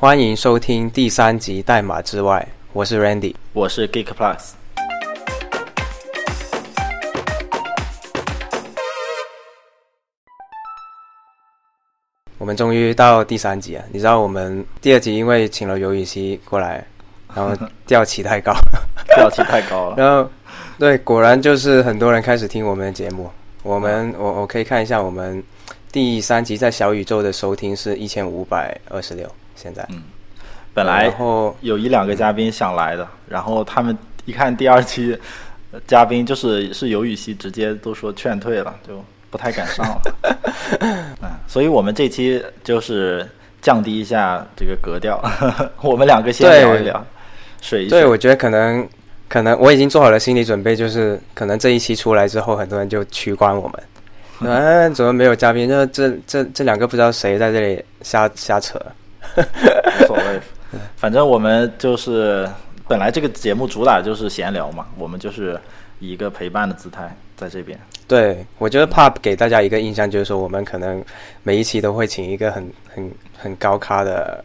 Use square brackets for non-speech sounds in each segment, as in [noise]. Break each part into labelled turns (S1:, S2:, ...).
S1: 欢迎收听第三集《代码之外》，我是 Randy。
S2: 我是 Geek Plus。
S1: 我们终于到第三集啊！你知道我们第二集因为请了尤雨熙过来，然后吊起太高，
S2: 标题太
S1: [laughs]
S2: 高了。
S1: 然后对，果然就是很多人开始听我们的节目。我们我我可以看一下我们第三集在小宇宙的收听是一千五百二十六，现在。
S2: 本来
S1: 然后
S2: 有一两个嘉宾想来的，然后他们一看第二期呃嘉宾就是是尤雨熙，直接都说劝退了，就不太敢
S1: [laughs]
S2: 上了。嗯，所以我们这期就是降低一下这个格调， [laughs] 我们两个先
S1: 对
S2: 聊一聊，水一
S1: 对，
S2: 水。
S1: 我觉得可能可能我已经做好了心理准备，就是可能这一期出来之后，很多人就取关我们。哎，怎么没有嘉宾？那这这这两个不知道谁在这里瞎瞎扯。
S2: 无所
S1: [laughs]
S2: 谓，
S1: 嗯
S2: 反正我们就是本来这个节目主打就是闲聊嘛，我们就是以一个陪伴的姿态在这边。
S1: 对，我觉得怕给大家一个印象，就是说我们可能每一期都会请一个很很很高咖的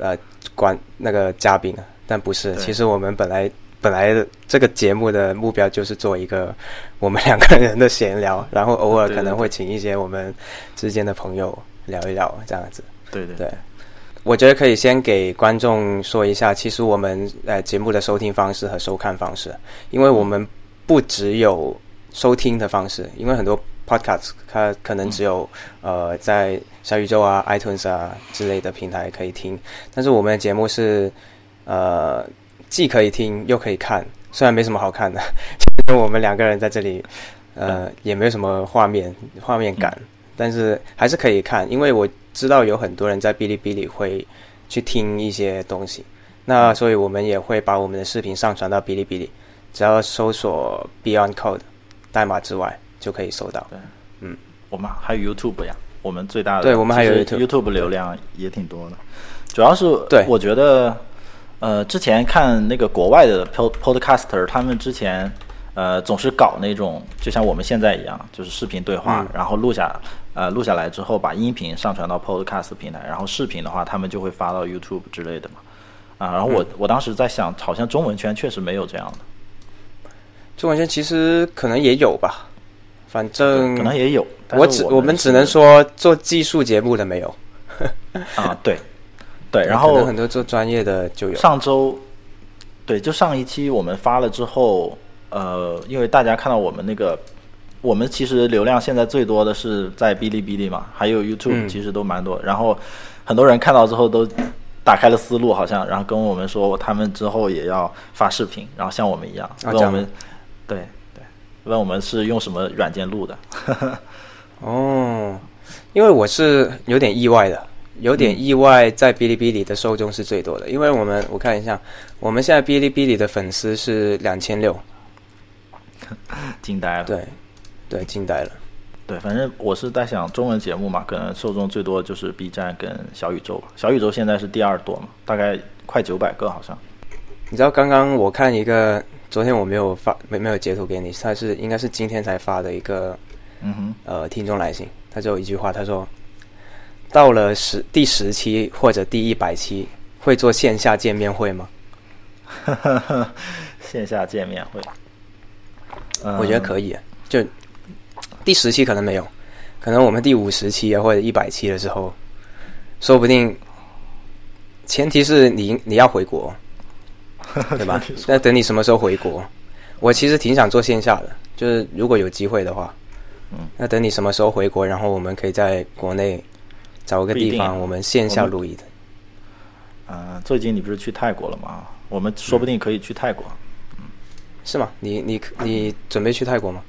S1: 呃观那个嘉宾啊，但不是。
S2: 对
S1: 其实我们本来本来的这个节目的目标就是做一个我们两个人的闲聊，然后偶尔
S2: 啊对对
S1: 可能会请一些我们之间的朋友聊一聊这样子。
S2: 对对
S1: 对，我觉得可以先给观众说一下，其实我们呃节目的收听方式和收看方式，因为我们不只有收听的方式，因为很多 podcast 它可能只有、
S2: 嗯
S1: 呃在小宇宙啊、iTunes 啊之类的平台可以听，但是我们的节目是呃既可以听又可以看，虽然没什么好看的， [laughs] 因为我们两个人在这里
S2: 嗯
S1: 呃也没有什么画面画面感。但是还是可以看，因为我知道有很多人在哔哩哔哩会去听一些东西，那所以我们也会把我们的视频上传到哔哩哔哩，只要搜索 Beyond Code 代码之外就可以搜到。
S2: 对，
S1: 嗯，
S2: 我们还有 YouTube 呀，我们最大的
S1: 对我们还有
S2: 其实
S1: YouTube
S2: YouTube 流量也挺多的，主要是
S1: 对
S2: 我觉得呃，之前看那个国外的 pod- podcaster，他们之前呃总是搞那种就像我们现在一样，就是视频对话，
S1: 嗯
S2: 然后录下呃录下来之后，把音频上传到 podcast 平台，然后视频的话，他们就会发到 YouTube 之类的嘛。啊，然后
S1: 嗯
S2: 我、我当时在想，好像中文圈确实没有这样的，
S1: 中文圈其实可能也有吧，反正
S2: 可能也有。但
S1: 嗯我
S2: 是
S1: 只
S2: 我
S1: 们只
S2: 是
S1: 能说做技术节目的没有，
S2: 啊，对，对，然
S1: 可
S2: 后
S1: 能很多做专业的就有。
S2: 上周，对，就上一期我们发了之后，呃，因为大家看到我们那个，我们其实流量现在最多的是在哔哩哔哩嘛，还有 YouTube，
S1: 嗯
S2: 其实都蛮多。然后很多人看到之后都打开了思路，好像，然后跟我们说他们之后也要发视频，然后像我们一样，
S1: 啊
S2: 问
S1: 这
S2: 我
S1: 样
S2: 们
S1: 吗，
S2: 对对，问我们是用什么软件录的。 [laughs]
S1: 哦，因为我是有点意外的，有点意外，在哔哩哔哩的受众是最多的，因为我们我看一下，我们现在哔哩哔哩的粉丝是两千六，
S2: 惊呆了，
S1: 对，对，惊呆了。
S2: 对，反正我是在想中文节目嘛，可能受众最多就是 B 站跟小宇宙吧。小宇宙现在是第二多嘛，大概快九百个好像。
S1: 你知道刚刚我看一个，昨天我没有发，没没有截图给你，他是应该是今天才发的一个
S2: 嗯哼，
S1: 呃听众来信，他只有一句话，他说，到了十第十期或者第一百期，会做线下见面会吗？
S2: [laughs] 线下见面会，嗯
S1: 我觉得可以，就第十期可能没有，可能我们第五十期啊或者一百期的时候，说不定，前提是你你要回国，对
S2: [laughs]
S1: 吧？那等你什么时候回国？我其实挺想做线下的，就是如果有机会的话，
S2: 嗯，
S1: 那等你什么时候回国，然后我们可以在国内找个
S2: 不一
S1: 地
S2: 定啊
S1: 方，我们线下
S2: 我们
S1: 录一的。
S2: 嗯、呃最近你不是去泰国了吗？我们说不定可以去泰国。
S1: 是吗？你你你准备去泰国吗？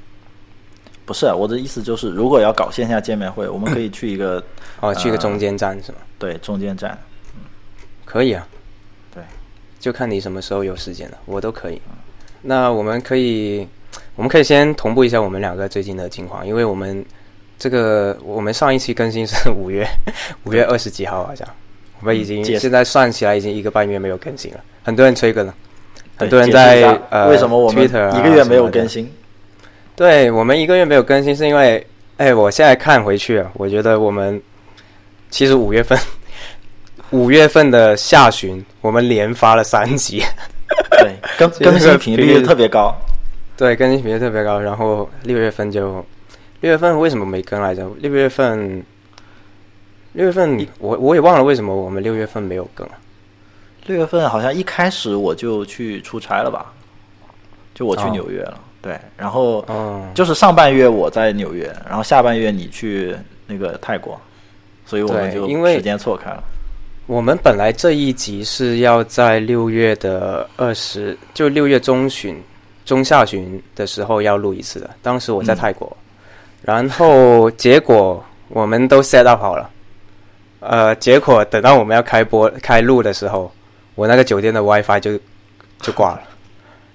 S2: 不是，啊我的意思就是，如果要搞线下见面会，我们可以去一个
S1: 哦，去个
S2: 呃
S1: 中间站是吗？
S2: 对中间站，
S1: 可以啊，
S2: 对，
S1: 就看你什么时候有时间了，我都可以。那我们可以，我们可以先同步一下我们两个最近的近况，因为我们这个我们上一期更新是五月 [laughs] 五月二十几号好像，我们已经
S2: 嗯解释
S1: 现在算起来已经一个半月没有更新了，很多人催更了，
S2: 对
S1: 很多人
S2: 解释一
S1: 在
S2: 下
S1: 呃
S2: 为什么我们
S1: Twitter 啊
S2: 一个月没
S1: 什
S2: 有
S1: 么的
S2: 更新？
S1: 对我们一个月没有更新，是因为，啊哎，我现在看回去，我觉得我们其实五月份 [laughs] 五月份的下旬，我们连发了三集，
S2: 对，
S1: [laughs]
S2: 更
S1: 这个
S2: 更新频
S1: 频
S2: 率
S1: 率
S2: 特别高。
S1: 对，更新频率特别高。然后六月份就，六月份为什么没更来着？六月份，六月份我我也忘了为什么我们六月份没有更。
S2: 六月份好像一开始我就去出差了吧，就我去
S1: 哦
S2: 纽约了，对，然后
S1: 嗯，
S2: 就是上半月我在纽约，然后下半月你去那个泰国，所以我们
S1: 对
S2: 就
S1: 因为
S2: 时间错开了。
S1: 我们本来这一集是要在六月的二十，就六月中旬、中下旬的时候要录一次的。当时我在
S2: 嗯
S1: 泰国，然后结果我们都 set up 好了，呃，结果等到我们要开播开录的时候，我那个酒店的 WiFi 就就挂了，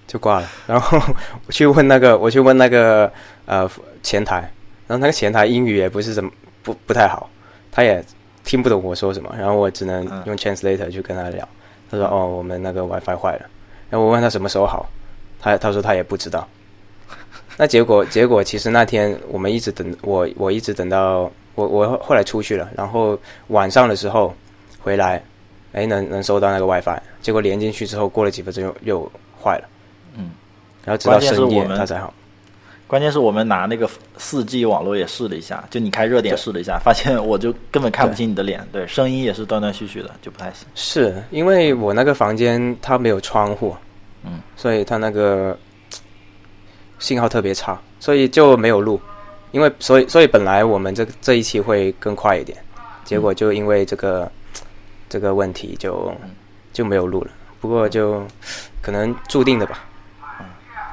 S1: 就挂了。然后我去问那个，我 [laughs] 去问那个呃前台，然后那个前台英语也不是怎么不不太好，他也听不懂我说什么，然后我只能
S2: 嗯
S1: 用 translator 去跟他聊。他说：“哦，我们那个 WiFi 坏了。”然后我问他什么时候好，他他说他也不知道。那结果结果其实那天我们一直等我我一直等到我我后后来出去了，然后晚上的时候回来，哎能能收到那个 WiFi，结果连进去之后过了几分钟又又坏了，
S2: 嗯，
S1: 然后直到
S2: 关键是
S1: 深夜
S2: 我们
S1: 它才好。
S2: 关键是我们拿那个四 G 网络也试了一下，就你开热点试了一下，发现我就根本看不清你的脸，对，声音也是断断续续的，就不太行。
S1: 是因为我那个房间它没有窗户，
S2: 嗯，
S1: 所以它那个信号特别差，所以就没有录。因为所以所以本来我们这这一期会更快一点，结果就因为这个这个问题就
S2: 嗯
S1: 就没有录了。不过就可能注定的吧，
S2: 嗯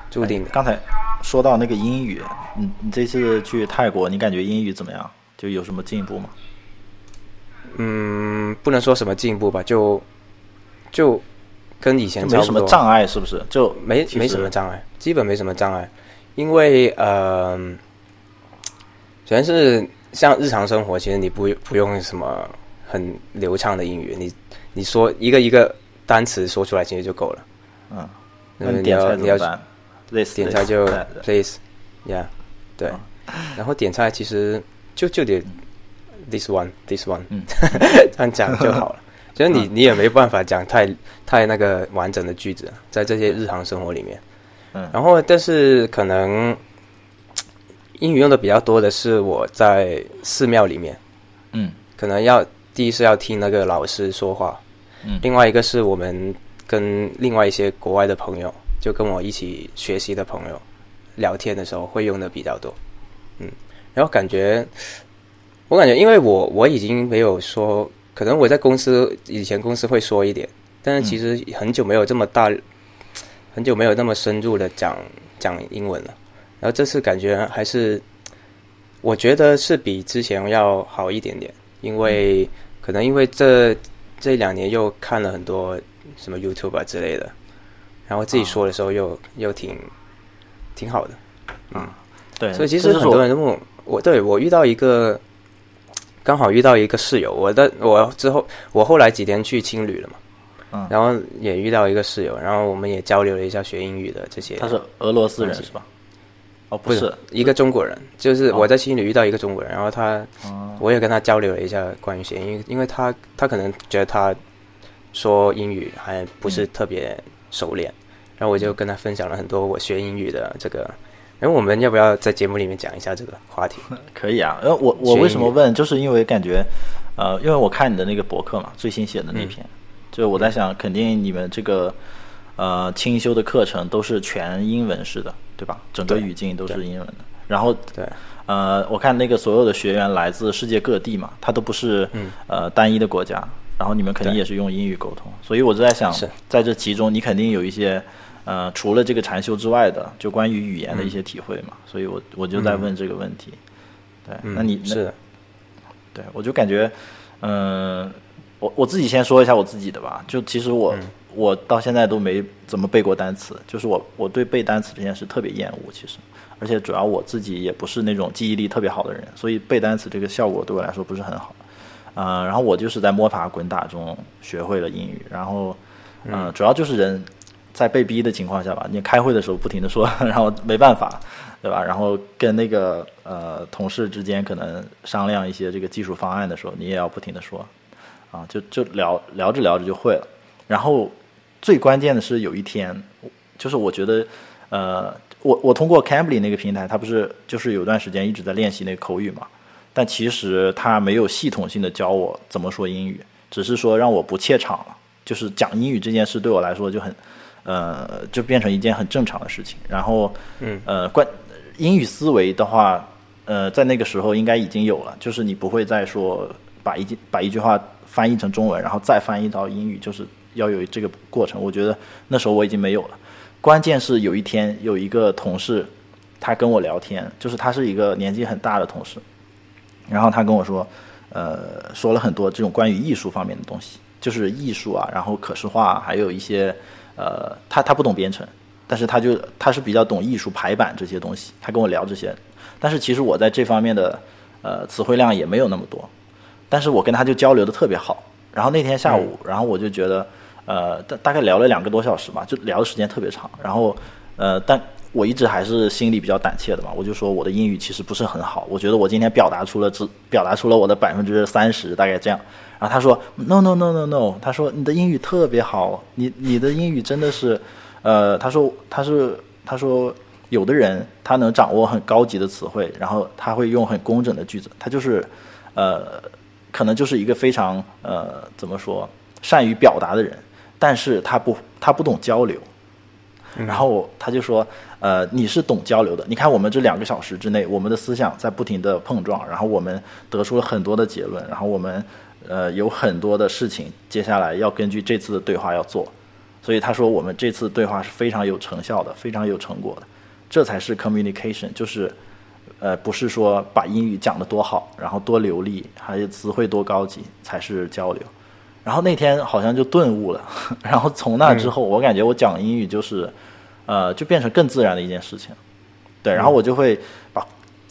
S1: 注定的。
S2: 刚才说到那个英语，你你这次去泰国，你感觉英语怎么样？就有什么进步吗？
S1: 嗯，不能说什么进步吧，就就跟以前
S2: 就
S1: 哎差
S2: 没
S1: 不多。
S2: 什么障碍，是不是？就
S1: 没
S2: 其实
S1: 没什么障碍，基本没什么障碍，因为呃，主要是像日常生活，其实你不不用什么很流畅的英语，你你说一个一个单词说出来其实就够了。
S2: 嗯，
S1: 那
S2: 那
S1: 么
S2: 你
S1: 你
S2: 点
S1: 要
S2: 菜
S1: 你
S2: 怎么
S1: 要
S2: 办？类似
S1: 点菜就 please，yeah，对，
S2: 哦
S1: [laughs] 然后点菜其实就就得 this one this one，
S2: 嗯
S1: [laughs] 这样讲就好
S2: [laughs]
S1: 了。就是你你也没办法讲太太那个完整的句子，在这些日常生活里面。
S2: 嗯
S1: 然后但是可能英语用的比较多的是我在寺庙里面，
S2: 嗯
S1: 可能要第一是要听那个老师说话，
S2: 嗯
S1: 另外一个是我们跟另外一些国外的朋友，就跟我一起学习的朋友聊天的时候会用的比较多，嗯，然后感觉，我感觉因为我我已经没有说，可能我在公司以前公司会说一点，但是其实很久没有这么大，很久没有那么深入的讲讲英文了，然后这次感觉还是，我觉得是比之前要好一点点，因
S2: 嗯
S1: 为、可能因为这这两年又看了很多什么 YouTube 啊之类的，然后自
S2: 啊
S1: 己说的时候又、又挺挺好的，嗯，
S2: 对，
S1: 所以其
S2: 这
S1: 实
S2: 就
S1: 很
S2: 是我嗯
S1: 多人都问我，我对我遇到一个刚好遇到一个室友，我的我之后我后来几天去青旅了嘛，
S2: 嗯
S1: 然后也遇到一个室友，然后我们也交流了一下学英语的这些，
S2: 他是俄罗斯人
S1: 东西
S2: 是吧？哦，不
S1: 不
S2: 是，
S1: 一个中国人，就是
S2: 哦
S1: 我在青旅遇到一个中国人，然后他
S2: 哦
S1: 我也跟他交流了一下关于学英语，因为他他可能觉得他说英语还不是特别熟练，然后我就跟他分享了很多我学英语的这个。哎，我们要不要在节目里面讲一下这个话
S2: [laughs]
S1: 题？
S2: 可以啊。呃，我我
S1: 学
S2: 为什
S1: 英
S2: 么
S1: 语
S2: 问，就是因为感觉，呃，因为我看你的那个博客嘛，最新写的
S1: 嗯
S2: 那篇，就我在想，肯定你们这个呃清修的课程都是全英文式的，对吧？整个
S1: 对
S2: 语境都是
S1: 对
S2: 英文的。然后
S1: 对，
S2: 呃，我看那个所有的学员来自世界各地嘛，他都不是、呃单一的国家，然后你们肯定
S1: 嗯对
S2: 也是用英语沟通，所以我就在想
S1: 是，
S2: 在这其中你肯定有一些呃除了这个禅修之外的，就关于语言的一些体会嘛，所以我我就在问这个问题。对，
S1: 嗯，
S2: 那你那
S1: 是的
S2: 对，我就感觉，嗯、我我自己先说一下我自己的吧。就其实我、我到现在都没怎么背过单词，就是我我对背单词这件事特别厌恶，其实，而且主要我自己也不是那种记忆力特别好的人，所以背单词这个效果对我来说不是很好。呃，然后我就是在摸爬滚打中学会了英语，然后，嗯、主要就是人在被逼的情况下吧，你开会的时候不停的说， [laughs] 然后没办法，对吧？然后跟那个呃同事之间可能商量一些这个技术方案的时候，你也要不停的说，啊、啊，就就聊聊着聊着就会了。然后最关键的是有一天，就是我觉得，呃，我我通过 Cambly 那个平台，它不是就是有段时间一直在练习那个口语嘛，但其实它没有系统性的教我怎么说英语，只是说让我不怯场了，就是讲英语这件事对我来说就很，呃，就变成一件很正常的事情。然后，
S1: 嗯，
S2: 呃，关英语思维的话，呃，在那个时候应该已经有了，就是你不会再说把一句把一句话翻译成中文，然后再翻译到英语，就是要有这个过程。我觉得那时候我已经没有了。关键是有一天有一个同事，他跟我聊天，就是他是一个年纪很大的同事，然后他跟我说，呃，说了很多这种关于艺术方面的东西，就是艺术啊，然后可视化、啊，还有一些呃，他他不懂编程，但是他就他是比较懂艺术排版这些东西，他跟我聊这些，但是其实我在这方面的呃词汇量也没有那么多，但是我跟他就交流的特别好，然后那天下午，然后我就觉得呃大大概聊了两个多小时吧，就聊的时间特别长，然后呃但。我一直还是心里比较胆怯的嘛，我就说我的英语其实不是很好，我觉得我今天表达出了只表达出了我的百分之三十，大概这样。然后他说 no no no no no，他说你的英语特别好，你你的英语真的是，呃，他说他是他说有的人他能掌握很高级的词汇，然后他会用很工整的句子，他就是呃，可能就是一个非常呃怎么说善于表达的人，但是他不他不懂交流。然后他就说，呃，你是懂交流的。你看我们这两个小时之内，我们的思想在不停的碰撞，然后我们得出了很多的结论，然后我们呃有很多的事情，接下来要根据这次的对话要做。所以他说我们这次对话是非常有成效的，非常有成果的。这才是 communication，就是呃不是说把英语讲得多好，然后多流利，还有词汇多高级才是交流。然后那天好像就顿悟了， [laughs] 然后从那之后，我感觉我讲英语就是，呃，就变成更自然的一件事情。对，然后我就会把，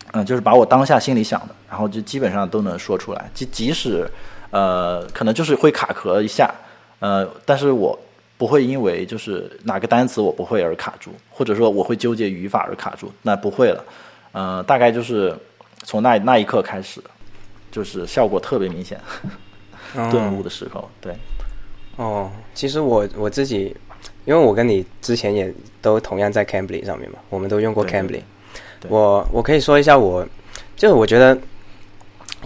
S2: 嗯、呃，就是把我当下心里想的，然后就基本上都能说出来。即即使，呃，可能就是会卡壳一下，呃，但是我不会因为就是哪个单词我不会而卡住，或者说我会纠结语法而卡住，那不会了。呃，大概就是从那那一刻开始，就是效果特别明显。顿悟的时候，对。
S1: 哦，其实我我自己，因为我跟你之前也都同样在 Cambly 上面嘛，我们都用过 Cambly。我我可以说一下我，就我觉得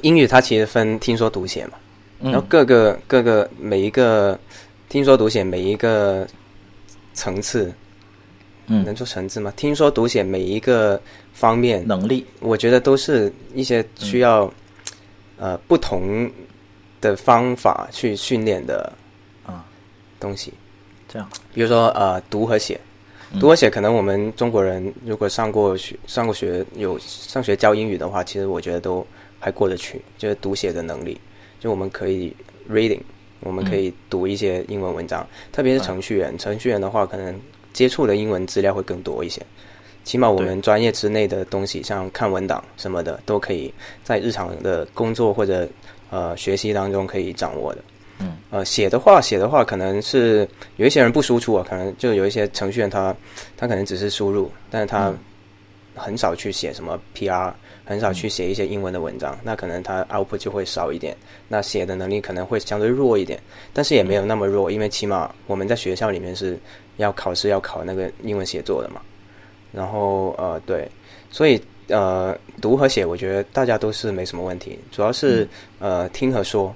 S1: 英语它其实分听说读写嘛，
S2: 嗯、
S1: 然后各个各个每一个听说读写每一个层次，
S2: 嗯，
S1: 能说层次吗？听说读写每一个方面
S2: 能力，
S1: 我觉得都是一些需要、嗯、呃不同。的方法去训练的
S2: 啊
S1: 东西，
S2: 这样，
S1: 比如说呃读和写，读和写可能我们中国人如果上过学上过学有上学教英语的话，其实我觉得都还过得去，就是读写的能力，就我们可以 reading，我们可以读一些英文文章，
S2: 嗯、
S1: 特别是程序员，程序员的话可能接触的英文资料会更多一些，起码我们专业之内的东西，像看文档什么的，都可以在日常的工作或者。呃，学习当中可以掌握的，
S2: 嗯，
S1: 呃，写的话，写的话，可能是有一些人不输出啊，可能就有一些程序员他他可能只是输入，但是他很少去写什么 PR，很少去写一些英文的文章，
S2: 嗯、
S1: 那可能他 output 就会少一点，那写的能力可能会相对弱一点，但是也没有那么弱，因为起码我们在学校里面是要考试要考那个英文写作的嘛，然后呃对，所以。呃，读和写，我觉得大家都是没什么问题，主要是、
S2: 嗯、
S1: 呃听和说。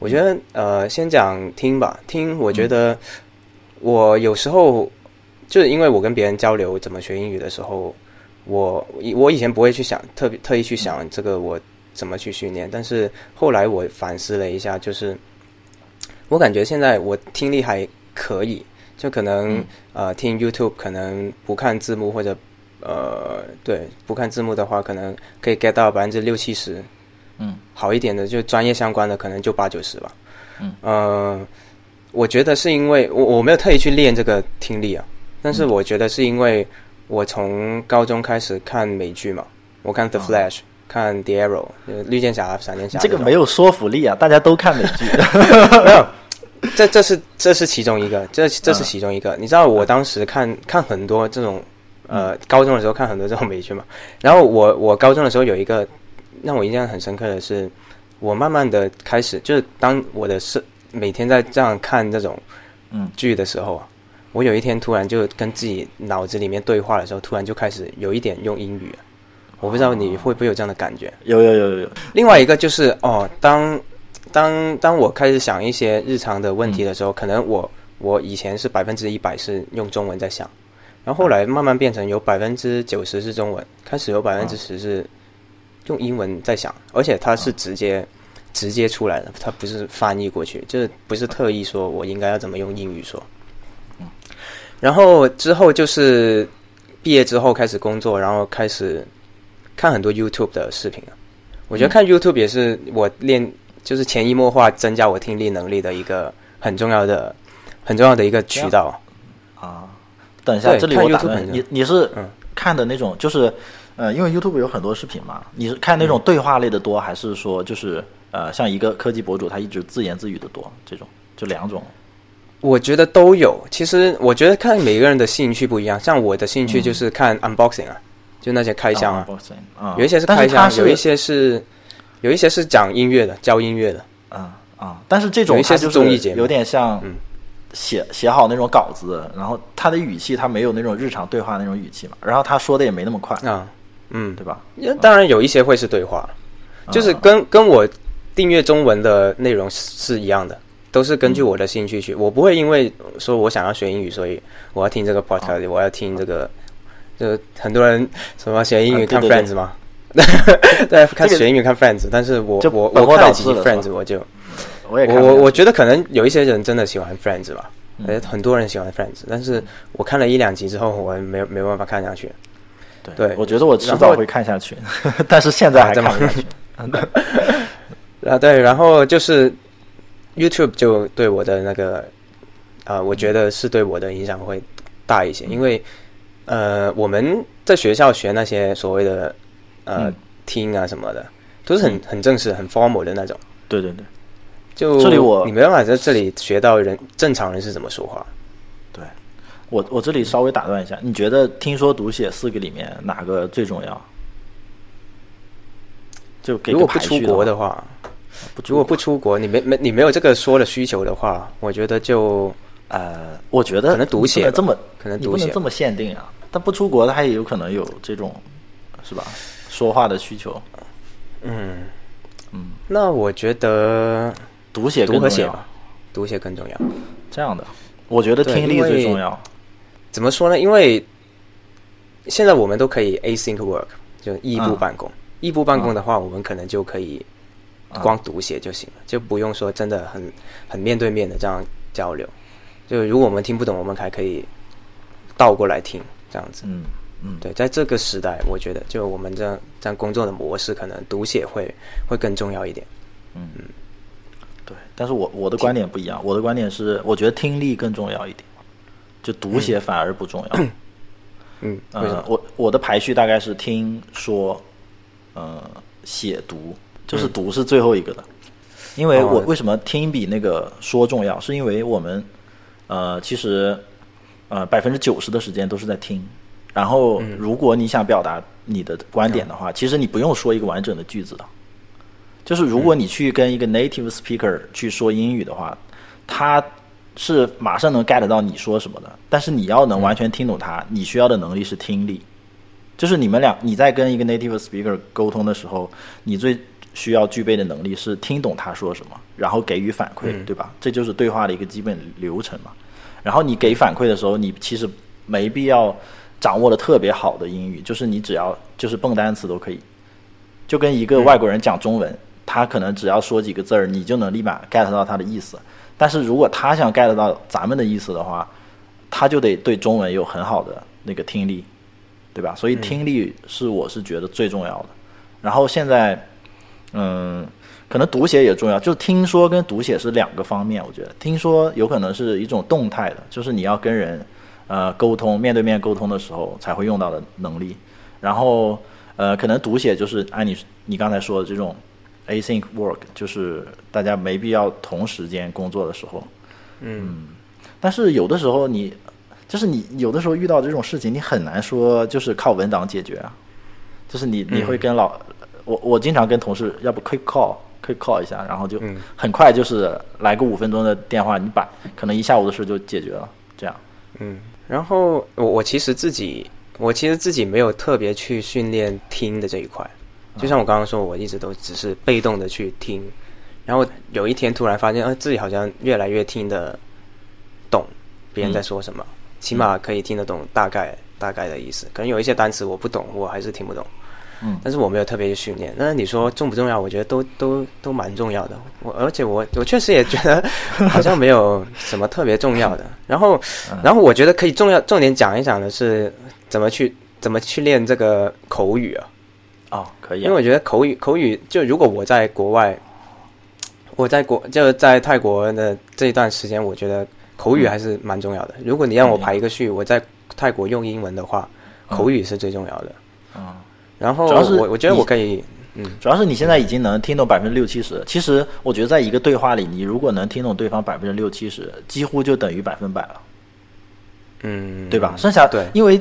S1: 我觉得呃，先讲听吧，听我觉得我有时候、
S2: 嗯、
S1: 就是因为我跟别人交流怎么学英语的时候，我我以前不会去想特别特意去想这个我怎么去训练，但是后来我反思了一下，就是我感觉现在我听力还可以，就可能、
S2: 嗯、
S1: 呃听 YouTube 可能不看字幕或者。呃，对，不看字幕的话，可能可以 get 到百分之六七十，
S2: 嗯，
S1: 好一点的就专业相关的，可能就八九十吧，
S2: 嗯，
S1: 呃，我觉得是因为我我没有特意去练这个听力啊，但是我觉得是因为我从高中开始看美剧嘛，我看 The Flash，、
S2: 嗯、
S1: 看 The Arrow，绿箭侠、闪电侠
S2: 这，这个没有说服力啊，大家都看美
S1: [laughs]
S2: 剧，
S1: 没有，这这是这是其中一个，这这是其中一个，
S2: 嗯、
S1: 你知道我当时看看很多这种。呃，高中的时候看很多这种美剧嘛，然后我我高中的时候有一个让我印象很深刻的是，我慢慢的开始，就是当我的是每天在这样看这种
S2: 嗯
S1: 剧的时候啊，我有一天突然就跟自己脑子里面对话的时候，突然就开始有一点用英语了。啊我不知道你会不会有这样的感觉。
S2: 有有有有有，
S1: 另外一个就是哦，当当当我开始想一些日常的问题的时候，可能我我以前是百分之一百是用中文在想，然后后来慢慢变成有百分之九十是中文，开始有百分之十是用英文在想，而且它是直接。直接出来的，它不是翻译过去，就是不是特意说我应该要怎么用英语说。然后之后就是毕业之后开始工作，然后开始看很多 YouTube 的视频啊。我
S2: 嗯
S1: 觉得看 YouTube 也是我练，就是潜移默化增加我听力能力的一个很重要的、很重要的一个渠道。
S2: 啊，等一下，
S1: 对
S2: 这里
S1: 看
S2: 我打
S1: YouTube
S2: 断
S1: 很
S2: 你
S1: 正，
S2: 你是
S1: 嗯
S2: 看的那种，就是呃，因为 YouTube 有很多视频嘛，你是看那
S1: 嗯
S2: 种对话类的多，还是说就是呃，像一个科技博主他一直自言自语的多？这种就两种。
S1: 我觉得都有。其实我觉得看每个人的兴趣不一样，像我的兴
S2: 嗯
S1: 趣就是看 unboxing 啊，就那些开箱啊，
S2: unboxing，啊，
S1: 有一些是
S2: 但
S1: 开
S2: 它
S1: 箱，
S2: 是
S1: 有一些是有一些是讲音乐的，教音乐的。
S2: 啊啊，但是这种
S1: 有一些
S2: 它
S1: 是
S2: 就是
S1: 综艺节目
S2: 有点像
S1: 嗯
S2: 写写好那种稿子，然后他的语气他没有那种日常对话那种语气嘛，然后他说的也没那么快，
S1: 啊，嗯，
S2: 对吧？
S1: 也当然有一些会是对话，
S2: 啊
S1: 就是跟跟我订阅中文的内容是是一样的，都是根据我的兴趣
S2: 嗯
S1: 去。我不会因为说我想要学英语，所以我要听
S2: 啊
S1: 这个 podcast，、我要听这个，就很多人什么学英语
S2: 啊对
S1: 看
S2: 对对
S1: Friends 吗？ [laughs] 对，看学英语看 Friends，但是我
S2: 就
S1: 我
S2: 本
S1: 我
S2: 末
S1: 看
S2: 倒
S1: 了几集
S2: 置了是吧
S1: Friends，我就
S2: 我也看
S1: 我我
S2: 了嗯
S1: 我觉得可能有一些人真的喜欢 Friends 吧，呃、很多人喜欢 Friends，但是我看了一两集之后，我没有没有办法看下去。
S2: 对，
S1: 对
S2: 我觉得我迟
S1: 然
S2: 早
S1: 后
S2: 会看下去， [laughs] 但是现在还
S1: 啊这
S2: 看
S1: 么
S2: 不下去。
S1: 啊，对，然后就是 YouTube 就对我的那个啊、我觉得是对我的影响会大一些，因为呃，我们在学校学那些所谓的呃、
S2: 嗯
S1: 听啊什么的，都是很很正式、很 formal 的那种。
S2: [laughs] 对对对
S1: 就
S2: 这里我
S1: 你没办法在这里学到人正常人是怎么说话。
S2: 对，我我这里稍微打断一下，你觉得听说读写四个里面哪个最重要？就给
S1: 如
S2: 个
S1: 果不
S2: 排
S1: 出
S2: 序
S1: 国
S2: 话
S1: 的话，
S2: 不出
S1: 如果不出国，你没没你没有这个说的需求的话，我觉得就
S2: 呃，我觉得
S1: 可能读写
S2: 你不
S1: 吧
S2: 能这么，
S1: 可能
S2: 你
S1: 读
S2: 不能
S1: 写
S2: 这么限定啊。但不出国，他也有可能有这种，是吧？说话的需求，
S1: 嗯
S2: 嗯，
S1: 那我觉得
S2: 读写
S1: 读
S2: 更
S1: 和
S2: 重
S1: 写
S2: 要
S1: 吧。，读写更重要。
S2: 这样的，我觉得
S1: 对
S2: 听力
S1: 因为
S2: 最重要。
S1: 怎么说呢？因为现在我们都可以 async work，就异步
S2: 啊
S1: 办公。异步办公的话，我们可能就可以光读写就行了，就不用说真的很很面对面的这样交流。就如果我们听不懂，我们还可以倒过来听这样子。
S2: 嗯嗯，
S1: 对，在这个时代，我觉得就我们这样这样工作的模式，可能读写会会更重要一点。
S2: 对。但是我我的观点不一样，我的观点是，我觉得听力更重要一点，就读写反而不重要。
S1: 嗯，为什
S2: 呃
S1: 么，？
S2: 我我的排序大概是听说，呃，写读，就是读是最后一个的，因为我
S1: 嗯哦
S2: 为什么听比那个说重要，是因为我们呃其实呃百分之九十的时间都是在听，然后
S1: 嗯
S2: 如果你想表达你的观点的话，其实你不用说一个完整的句子的，就是如果你去跟一个 native speaker 去说英语的话，他是马上能 get 到你说什么的，但是你要能完全听懂他，你需要的能力是听力。就是你们俩你在跟一个 native speaker 沟通的时候，你最需要具备的能力是听懂他说什么，然后给予反馈，对吧？这就是对话的一个基本流程嘛。然后你给反馈的时候，你其实没必要掌握的特别好的英语，就是你只要就是蹦单词都可以，就跟一个外国人讲中文，他可能只要说几个字儿，你就能立马 get 到他的意思。但是如果他想 get 到咱们的意思的话，他就得对中文有很好的那个听力，对吧？所以听力是我是觉得最重要的。然后现在，嗯，可能读写也重要，就是听说跟读写是两个方面。我觉得听说有可能是一种动态的，就是你要跟人呃沟通，面对面沟通的时候才会用到的能力。然后呃，可能读写就是按你你刚才说的这种 async work，就是大家没必要同时间工作的时候，嗯但是有的时候你，就是你有的时候遇到这种事情，你很难说就是靠文
S1: 嗯
S2: 档解决啊。就是你你会跟老，我我经常跟同事，要不 quick call，quick quick call 一下，然后就
S1: 嗯
S2: 很快就是来个五分钟的电话，你把可能一下午的事就解决了，这样。
S1: 嗯，然后我我其实自己我其实自己没有特别去训练听的这一块，就像我刚刚说，我一直都只是被动的去听，然后有一天突然发现，呃，自己好像越来越听得懂别人在说什么，起码可以听得懂大概大概的意思，可能有一些单词我不懂，我还是听不懂。
S2: 嗯
S1: 但是我没有特别去训练。那你说重不重要？我觉得都都都蛮重要的。我而且我我确实也觉得好像没有什么特别重
S2: [laughs]
S1: 要的。然后
S2: 嗯
S1: 然后我觉得可以重要重点讲一讲的是怎么去怎么去练这个口语啊，
S2: 哦，可以、
S1: 因为
S2: 啊。
S1: 我觉得口语口语就如果我在国外，我在国就在泰国的这一段时间，我觉得口
S2: 嗯
S1: 语还是蛮重要的。如果你让我排一个序，我在泰国用英文的话，口语是最重要的。
S2: 嗯，
S1: 然后
S2: 主要是
S1: 我我觉得
S2: 你
S1: 我可以，嗯。
S2: 主要是你现在已经能听懂百分之六七十。其实我觉得在一个对话里，你如果能听懂对方百分之六七十，几乎就等于百分百了。
S1: 嗯，
S2: 对吧？剩下
S1: 对
S2: 因为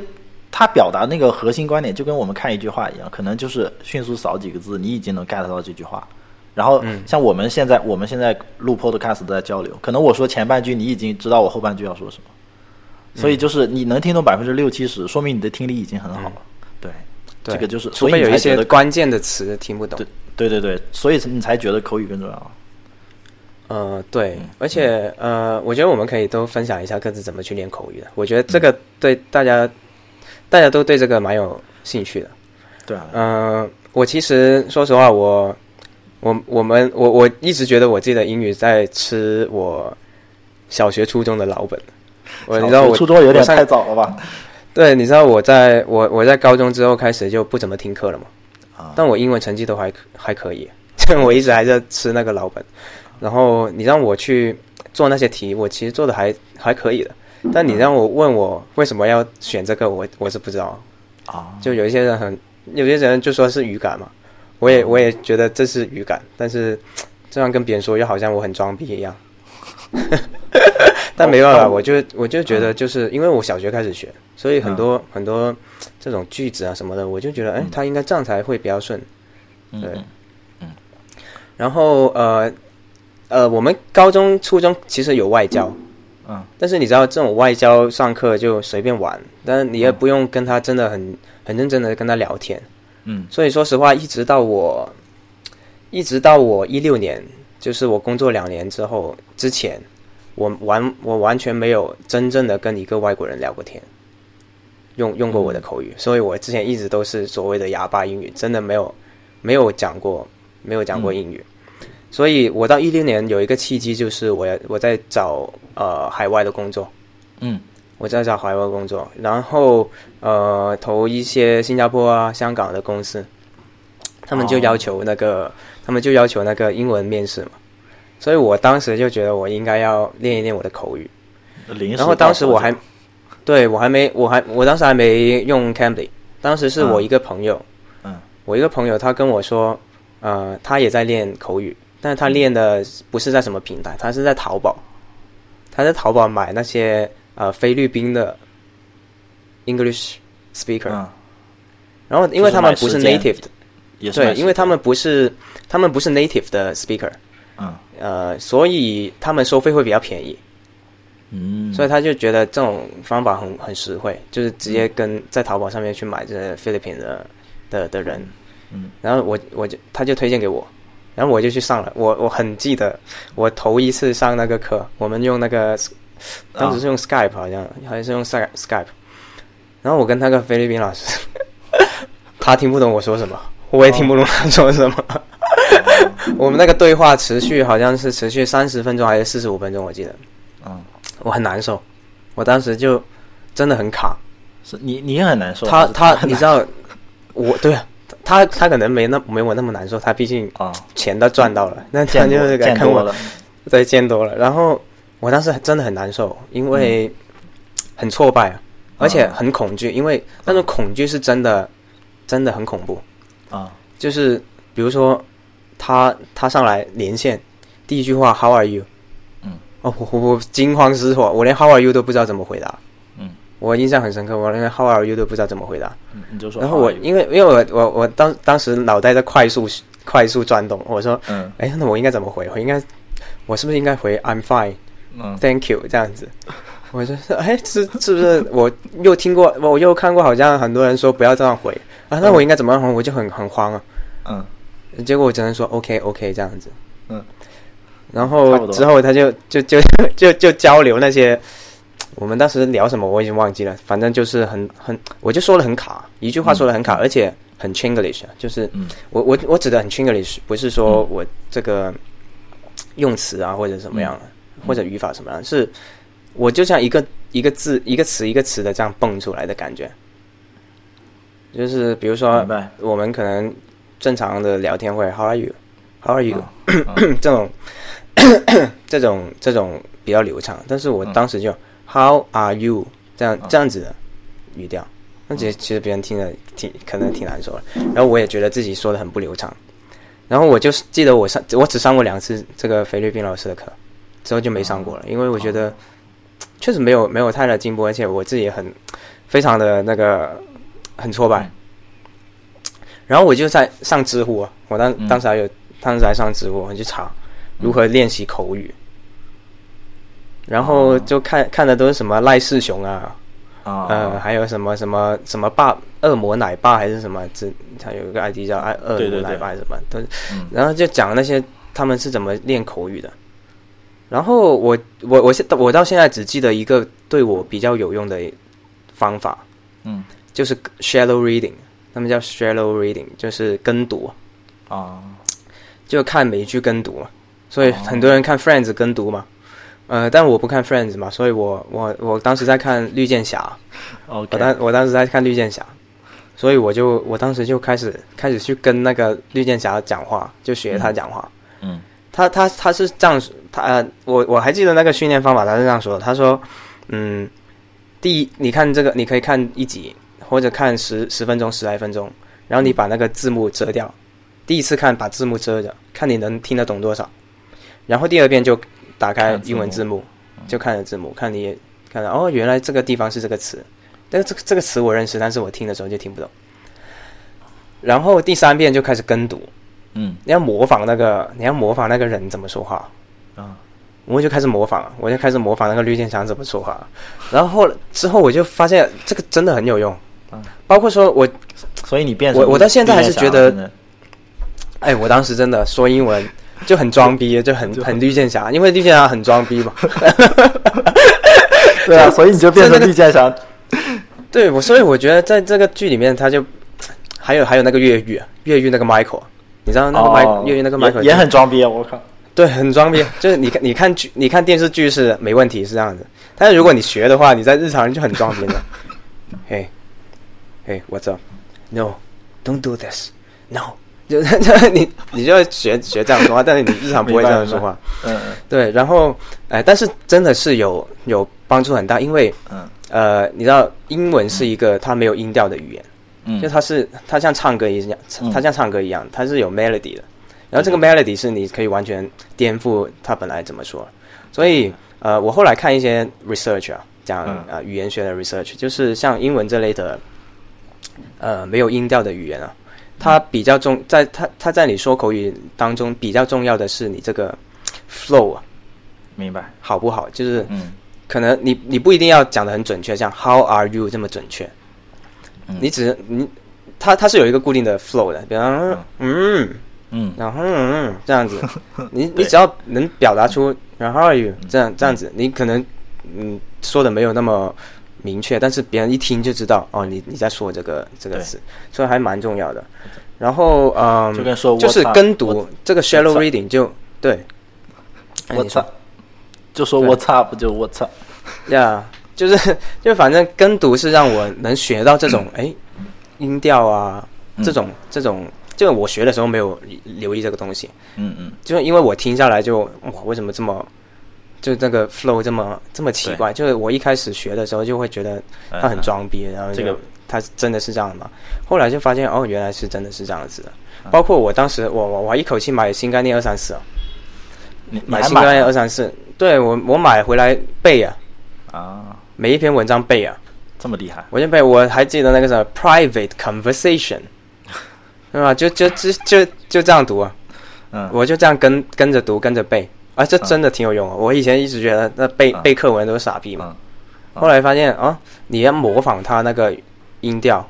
S2: 他表达那个核心观点，就跟我们看一句话一样，可能就是迅速扫几个字，你已经能 get 到这句话。然后
S1: 嗯
S2: 像我们现在，我们现在录 podcast 都在交流，可能我说前半句，你已经知道我后半句要说什么，
S1: 嗯
S2: 所以就是你能听懂百分之六七十，说明你的听力已经很好了。
S1: 嗯
S2: 对，
S1: 对
S2: 这个就是，
S1: 除
S2: 所以
S1: 非
S2: 你
S1: 有
S2: 才
S1: 一
S2: 觉
S1: 些
S2: 得
S1: 关键的词听不懂
S2: 对。对对对，所以你才觉得口语更重要。
S1: 呃，对，
S2: 嗯
S1: 而且呃，我觉得我们可以都分享一下各自怎么去练口语的。我觉得这个对
S2: 嗯
S1: 大家，大家都对这个蛮有兴趣的。
S2: 对啊，
S1: 嗯，我其实说实话，我我我们我我一直觉得我自己的英语在吃我小学初中的老本。我你知道我
S2: 初中有
S1: 我
S2: 点
S1: 上
S2: 太早了吧？
S1: 对，你知道我在我我在高中之后开始就不怎么听课了嘛，
S2: 啊
S1: 但我英文成绩都还可还可以， [laughs] 就我一直还在吃那个老本。然后你让我去做那些题，我其实做的还还可以的。但你让我问我为什么要选这个，我我是不知道。
S2: 啊，
S1: 就有一些人很，有些人就说是语感嘛，我也我也觉得这是语感，但是这样跟别人说又好像我很装逼一样。 [laughs] 但没办法，我就我就觉得，就是因为我小学开始学，所以很多、很多这种句子啊什么的，我就觉得，哎，他应该这样才会比较顺。
S2: 嗯
S1: 对
S2: 嗯
S1: 然后呃呃，我们高中、初中其实有外教，
S2: 嗯
S1: 但是你知道这种外教上课就随便玩，但是你也不用跟他真的很很认真的跟他聊天。
S2: 嗯
S1: 所以说实话，一直到我，一直到我一六年，就是我工作两年之后之前，我完我完全没有真正的跟一个外国人聊过天，用用过我的口语，所以我之前一直都是所谓的哑巴英语，真的没有没有讲过没有讲过英语。所以我到一六年有一个契机，就是我要我在找呃海外的工作，
S2: 嗯
S1: 我在找海外工作，然后呃投一些新加坡啊、香港的公司，他们就
S2: 哦
S1: 要求那个他们就要求那个英文面试嘛，所以我当时就觉得我应该要练一练我的口语，
S2: 嗯，临时
S1: 然后当时我
S2: 抱佛
S1: 还
S2: 脚，
S1: 对我还没我还我当时还没用 Cambly，当时是我一个朋友，
S2: 嗯
S1: 我一个朋友他跟我说，呃，他也在练口语，但是他练的不是在什么平台，他是在淘宝，他在淘宝买那些呃菲律宾的 English speaker，、
S2: 嗯。
S1: 然后因为他们不是
S2: 就是买时间
S1: native 的，
S2: 也是蛮
S1: 对，
S2: 实
S1: 因为他
S2: 惠
S1: 们不是他们不是 native 的 speaker，
S2: 嗯
S1: 呃，所以他们收费会比较便宜，
S2: 嗯，
S1: 所以他就觉得这种方法很很实惠，就是直接跟在淘宝上面去买这些菲律宾的的的人，
S2: 嗯
S1: 然后我我就他就推荐给我，然后我就去上了。我我很记得我头一次上那个课，我们用那
S2: 啊
S1: 个当时是用 Skype 好像、还是用 Sky- Skype，然后我跟那个菲律宾老师， [laughs] 他听不懂我说什么，我也听不懂他说什么。 [laughs] 我们那个对话持续好像是持续三十分钟还是四十五分钟，我记得
S2: 嗯，
S1: 我很难受，我当时就真的很卡。
S2: 是你你也很难受，
S1: 他
S2: 还是
S1: 他，
S2: 很
S1: 你
S2: 难
S1: 知道，我对啊，他他可能没那没我那么难受，他毕竟
S2: 啊，
S1: 钱都赚到了，那他
S2: 见
S1: 就
S2: 多
S1: 是
S2: 见
S1: 看
S2: 多
S1: 我
S2: 了，
S1: 对见多了。然后我当时真的很难受，因
S2: 嗯
S1: 为很挫败，啊而且很恐惧，因为那种恐惧是真的，真的很恐怖。
S2: 啊
S1: 就是比如说他他上来连线，第一句话 How are you？
S2: 嗯
S1: 哦，我我我惊慌失措，我连 How are you 都不知道怎么回答。
S2: 嗯
S1: 我印象很深刻，我连 How are you 都不知道怎么回答。
S2: 嗯，你就说
S1: 然
S2: 好
S1: 后
S2: 啊，
S1: 我因为因为我我我当当时脑袋在快速快速转动。我说，
S2: 嗯
S1: 哎，那我应该怎么回？我应该，我是不是应该回 I'm fine,
S2: 嗯
S1: thank you 这样子？我就说，哎，是是不是我又听过，我又看过，好像很多人说不要这样回啊，那我应该怎么样回？我就很很慌啊。
S2: 嗯
S1: 结果我只能说 OK OK 这样子，
S2: 嗯，
S1: 然
S2: 差
S1: 后
S2: 不多
S1: 之后他就就就 [laughs] 就就交流那些，我们当时聊什么我已经忘记了，反正就是很很，我就说的很卡，一句话说的很卡，而且很 Chinglish，啊就是
S2: 嗯
S1: 我我我指的很 Chinglish，不是说我这个用词啊或者怎么样，
S2: 嗯
S1: 或者语法什么样，是我就像一个一个字一个词一个词的这样蹦出来的感觉，就是比如说
S2: 明白
S1: 我们可能正常的聊天会 How are you? How are you?
S2: 嗯
S1: [laughs]
S2: 嗯
S1: 这种 [coughs] 这种这种比较流畅，但是我
S2: 嗯
S1: 当时就、How are you 这样
S2: 嗯
S1: 这样子的语调，那其实其实别人听着挺可能挺难受的，然后我也觉得自己说的很不流畅，然后我就是记得我上我只上过两次这个菲律宾老师的课，之后就没上过
S2: 嗯
S1: 了，因为我觉
S2: 哦
S1: 得确实没有没有太大的进步，而且我自己也很非常的那个很挫
S2: 嗯
S1: 败。然后我就在上知乎啊，我当
S2: 嗯
S1: 当时还有当时还上知乎，我去查如何练习口语，然
S2: 哦
S1: 后就看看的都是什么赖世雄啊，
S2: 啊
S1: 呃，还有什么什么什么爸恶魔奶爸还是什么，这他有一个 ID 叫爱啊恶
S2: 对对
S1: 魔
S2: 对
S1: 奶爸还是什么，都是
S2: 嗯
S1: 然后就讲那些他们是怎么练口语的。然后我我我现我到现在只记得一个对我比较有用的方法，
S2: 嗯
S1: 就是 shallow reading，他们叫 shallow reading，就是跟读，
S2: 啊
S1: 就看美剧跟读嘛。所以
S2: 哦
S1: 很多人看 Friends 跟读嘛，呃，但我不看 Friends 嘛，所以我我我当时在看绿箭侠，我
S2: ，OK，
S1: 当我当时在看绿箭侠，所以我就我当时就开始开始去跟那个绿箭侠讲话，就学他讲话。
S2: 嗯
S1: 他他他是这样，他呃，我我还记得那个训练方法，他是这样说的，他说，嗯，第一，你看这个，你可以看一集或者看十十分钟十来分钟，然后你把那个字幕遮掉，第一次看把字幕遮着，看你能听得懂多少，然后第二遍就打开
S2: 看字幕
S1: 英文字幕，嗯就看着字幕，看你看到哦，原来这个地方是这个词，但是这个这个词我认识，但是我听的时候就听不懂，然后第三遍就开始跟读。
S2: 嗯
S1: 你要模仿那个，你要模仿那个人怎么说话，
S2: 啊
S1: 我就开始模仿，我就开始模仿那个绿箭侠怎么说话，然后后来之后我就发现这个真的很有用，
S2: 啊，
S1: 包括说我，
S2: 所以你变成
S1: 我我到现在还是觉得
S2: 绿箭侠了
S1: 哎，我当时真的说英文就很装逼，就很很绿箭侠，因为绿箭侠很装逼嘛， [laughs]
S2: 真的对啊，所以你就变成绿箭侠，
S1: 对我，所以我觉得在这个剧里面他就还有还有那个越狱，越狱那个 Michael，你知道 [laughs] 那个 Michael、
S2: 哦
S1: 越狱那个
S2: 也
S1: Michael
S2: 也很装逼啊，我靠，
S1: 对，很装逼，就是你看， [laughs] 你看剧，你看电视剧是没问题，是这样子。但是如果你学的话，你在日常就很装逼了。嘿，嘿，What's up? No, don't do this. No，就 [laughs] 就你你就学学这样说话，但是你日常不会这样说话。
S2: 嗯嗯
S1: 对，然后哎、但是真的是有有帮助很大，因为
S2: 嗯
S1: 呃，你知道英文是一个它没有音调的语言，
S2: 嗯，
S1: 就它是它像唱歌一样，
S2: 嗯
S1: 它像唱歌一样，它是有 melody 的。然后这个
S2: 对
S1: melody 是你可以完全颠覆它本来怎么说。所以呃，我后来看一些 research 啊，讲
S2: 嗯
S1: 呃语言学的 research，就是像英文这类的呃没有音调的语言啊，它比较重在它它在你说口语当中比较重要的是你这个 flow 啊
S2: 明白，
S1: 好不好，就是
S2: 嗯
S1: 可能你你不一定要讲的很准确，像 How are you 这么准确，
S2: 嗯
S1: 你只你它它是有一个固定的 flow 的，比方说嗯，
S2: 嗯
S1: 然后嗯这样
S2: [laughs]
S1: 子，你你只要能表达出然后 how are you
S2: 嗯
S1: 这样这样子，你可能嗯说的没有那么明确，但是别人一听就知道哦，你你在说这个这个
S2: 对
S1: 词，所以还蛮重要的。然后嗯，
S2: 就跟说
S1: 就是
S2: what's up，
S1: 跟读
S2: what's-
S1: 这个 shallow
S2: what's up
S1: reading 就对，哎你
S2: 我
S1: 说
S2: 操，就说
S1: 对
S2: 我操不就我操，
S1: [laughs] 呀就是就反正跟读是让我能学到这种
S2: [coughs]
S1: 哎音调啊，
S2: 嗯
S1: 这种这种，就我学的时候没有留意这个东西，
S2: 嗯嗯
S1: 就是因为我听下来就哇，为什么这么就这个 flow 这么这么奇怪？就是我一开始学的时候就会觉得他很装逼，然后就
S2: 嗯这个
S1: 他真的是这样的嘛？后来就发现哦，原来是真的是这样子的。
S2: 嗯
S1: 包括我当时我我我还一口气买新概念二三四啊，
S2: 你你
S1: 买
S2: 还
S1: 新概
S2: 买啊
S1: 念
S2: 了
S1: 二三四，对我我买回来背啊，
S2: 啊，
S1: 每一篇文章背啊，
S2: 这么厉害，
S1: [laughs] 我就背，我还记得那个什么 private conversation。对吧？就就就就就这样读啊，
S2: 嗯，
S1: 我就这样跟跟着读，跟着背啊，这真的挺有用的。我以前一直觉得那背
S2: 嗯
S1: 背课文都是傻逼嘛，
S2: 嗯
S1: 后来发现啊，你要模仿他那个音调，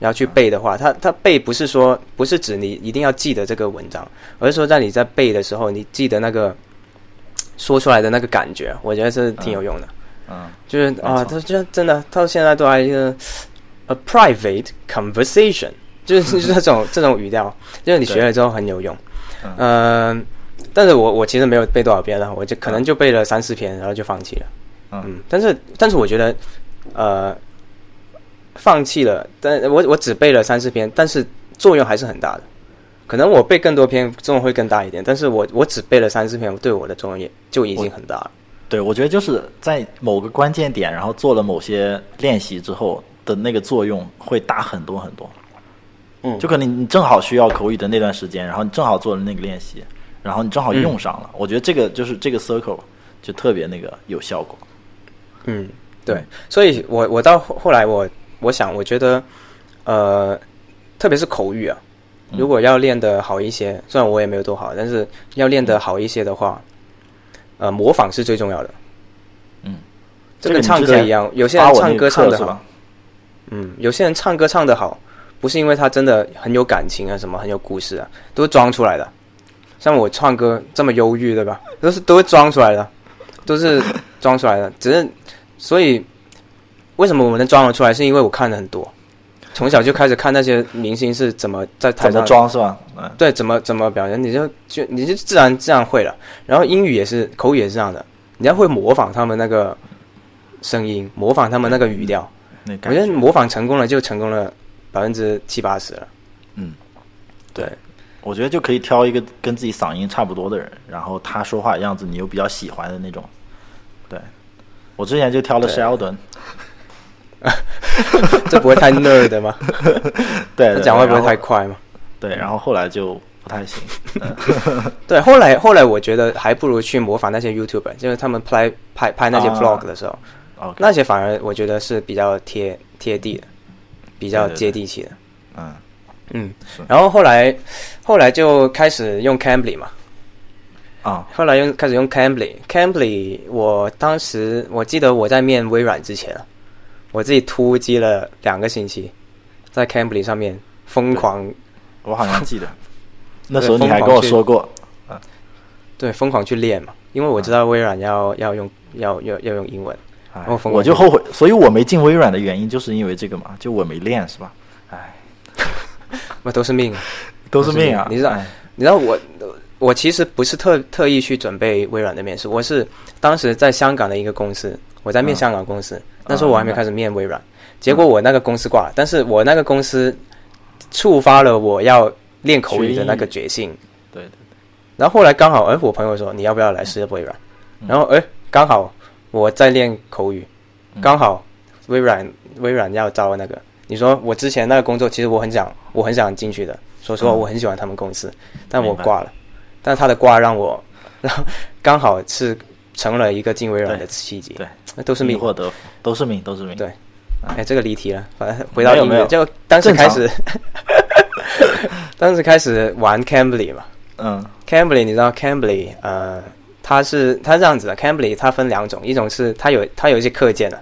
S1: 然后去背的话，他他背不是说不是指你一定要记得这个文章，而是说在你在背的时候，你记得那个说出来的那个感觉，我觉得是挺有用的。
S2: 嗯
S1: 就是啊，
S2: 没
S1: 他
S2: 错
S1: 就真的到现在都还是 a private conversation，就是 [laughs] 就是这种这种语调，就是你学了之后很有用。
S2: 嗯
S1: 嗯，但是我我其实没有背多少篇了，我就可能就背了三四篇，然后就放弃了。
S2: 嗯
S1: 嗯，但是但是我觉得，呃，放弃了，但我我只背了三四篇，但是作用还是很大的。可能我背更多篇作用会更大一点，但是我我只背了三四篇，对我的作用也就已经很大了。
S2: 对，我觉得就是在某个关键点，然后做了某些练习之后的那个作用会大很多很多。
S1: 嗯
S2: 就可能你正好需要口语的那段时间，然后你正好做了那个练习，然后你正
S1: 嗯
S2: 好用上了。我觉得这个就是这个 circle 就特别那个有效果。
S1: 嗯，对，所以我我到后后来我我想，我觉得，呃，特别是口语啊，
S2: 嗯
S1: 如果要练得好一些，虽然我也没有多好，但是要练得好一些的话，呃，模仿是最重要的。
S2: 嗯，
S1: 这
S2: 个
S1: 跟
S2: 你
S1: 唱
S2: 之
S1: 歌
S2: 前
S1: 一样，有些
S2: 发
S1: 人
S2: 我
S1: 唱
S2: 那
S1: 歌
S2: 个
S1: 唱
S2: 课
S1: 得
S2: 是
S1: 好
S2: 吧，？
S1: 嗯，有些人唱歌唱得好，不是因为他真的很有感情啊，什么很有故事啊，都是装出来的。像我唱歌这么忧郁，对吧？都是都是装出来的，都是装出来的。只是，所以为什么我能装得出来，是因为我看的很多，从小就开始看那些明星是怎么在台
S2: 怎
S1: 上
S2: 么装是吧？嗯
S1: 对，怎么怎么表现，你就就你就自然自然会了。然后英语也是，口语也是这样的，你要会模仿他们那个声音，模仿他们那个语调。
S2: 那
S1: 我
S2: 感
S1: 觉得
S2: 觉，
S1: 模仿成功了，就成功了百分之七八十了。
S2: 嗯，
S1: 对，
S2: 我觉得就可以挑一个跟自己嗓音差不多的人，然后他说话样子你又比较喜欢的那种。对，我之前就挑了
S1: 对
S2: Sheldon，
S1: 这不会太 nerd 的
S2: [laughs]
S1: 吗？
S2: 对，
S1: 这
S2: 对
S1: 讲话不会？太
S2: 然后
S1: 快吗？
S2: 对，然后后来就不太行。嗯
S1: 对，后来后来我觉得还不如去模仿那些 YouTuber，就是他们拍拍拍那些
S2: 啊
S1: vlog 的时候，
S2: OK，
S1: 那些反而我觉得是比较贴贴地的，比较
S2: 对对对
S1: 接地气的。
S2: 嗯
S1: 嗯
S2: 是，
S1: 然后后来后来就开始用 Cambly 嘛，
S2: 啊
S1: 后来用开始用 Cambly，Cambly，我当时我记得我在面微软之前，啊我自己突击了两个星期，在 Cambly 上面疯狂
S2: 我好像记 [laughs] 得，那
S1: 对
S2: 时候你
S1: 疯
S2: 还
S1: 狂
S2: 跟我
S1: 去
S2: 说过，嗯
S1: 对疯狂去练嘛，因为我知道微软要要用要要要用英文，
S2: 哎
S1: 然后疯
S2: 我
S1: 狂
S2: 就后悔，所以我没进微软的原因就是因为这个嘛，就我没练是吧？哎，
S1: 那都是命啊。
S2: 都是命啊！
S1: 你知道
S2: 哎
S1: 你知道我我其实不是特特意去准备微软的面试，我是当时在香港的一个公司，我在面
S2: 嗯
S1: 香港公司，那
S2: 嗯
S1: 时候我还没
S2: 明白
S1: 开始面微软，结果我那个公司挂了，但是我那个公司触发了我要练口语的那个决心，
S2: 对对
S1: 然后后来刚好，哎，我朋友说你要不要来试微软，
S2: 嗯
S1: 然后哎，刚好我在练口语，
S2: 嗯
S1: 刚好微软微软要招那个，你说我之前那个工作，其实我很想我很想进去的，说实话
S2: 嗯
S1: 我很喜欢他们公司，但我
S2: 明白
S1: 挂了，但他的挂让我， [laughs] 然后刚好是成了一个进微软的
S2: 对
S1: 契机，
S2: 对，
S1: 那都是
S2: 迷
S1: 命。
S2: 惑得福，都是命，都是命。
S1: 对
S2: 啊
S1: 哎，这个离题了，反正回到
S2: 没有
S1: 音
S2: 没
S1: 乐，
S2: 有
S1: 就当时
S2: 正
S1: 开
S2: 常 [laughs]
S1: 始，当时开始玩 Cambly 嘛，
S2: 嗯
S1: Cambly，你知道 Cambly，呃，它是它是这样子的，Cambly 它分两种，一种是它有它有一些课件的，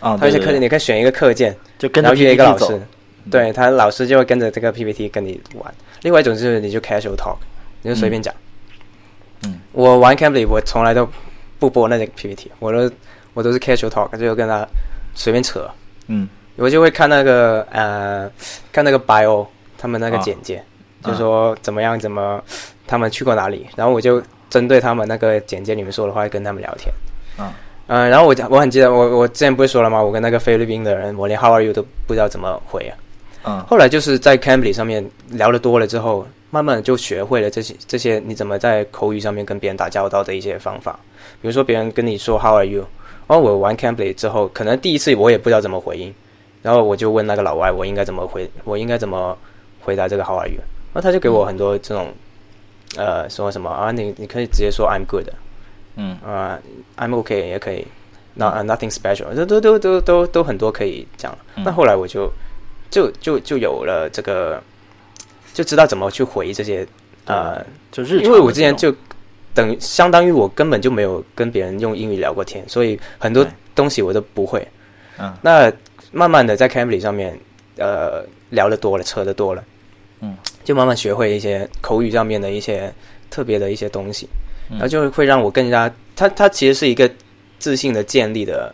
S2: 啊，
S1: 它有
S2: 对
S1: 一些
S2: 对
S1: 课件，
S2: 对，
S1: 你可以选一个课件，
S2: 就跟
S1: 然
S2: 着
S1: 后约一
S2: PPT
S1: 个老
S2: 走
S1: 师，，对他老师就会跟着这个 PPT 跟你玩。另外一种就是你就 casual talk，你就随便讲。
S2: 嗯，
S1: 我玩 Cambly 我从来都不播那些 PPT，我都我都是 casual talk，就跟他随便扯。
S2: 嗯
S1: 我就会看那个呃，看那个 bio 他们那个
S2: 啊
S1: 简介，
S2: 啊
S1: 就说怎么样怎么，他们去过哪里，然后我就针对他们那个简介里面说的话跟他们聊天。
S2: 啊
S1: 嗯、然后我我很记得我我之前不是说了吗？我跟那个菲律宾的人，我连 How are you 都不知道怎么回啊。
S2: 啊
S1: 后来就是在 Cambly 上面聊得多了之后，慢慢就学会了这些这些你怎么在口语上面跟别人打交道的一些方法。比如说别人跟你说 How are you，然后我玩 Cambly 之后，可能第一次我也不知道怎么回应，然后我就问那个老外我应该怎么回，我应该怎么回答这个 How are you，然后他就给我很多这种，呃，说什么啊，你你可以直接说 I'm good，
S2: 嗯
S1: 啊、i m OK 也可以，not、nothing special，这都都都都都很多可以讲了。
S2: 嗯
S1: 那后来我就就就就有了这个就知道怎么去回这些呃，
S2: 就日常
S1: 因为我之前
S2: 的这
S1: 就等于相当于我根本就没有跟别人用英语聊过天，所以很多
S2: 对
S1: 东西我都不会。
S2: 嗯
S1: 那慢慢的在 Cambly 上面，呃，聊的多了，扯的多了，
S2: 嗯，
S1: 就慢慢学会一些口语上面的一些特别的一些东西，
S2: 嗯
S1: 然后就会让我更加，它它其实是一个自信的建立的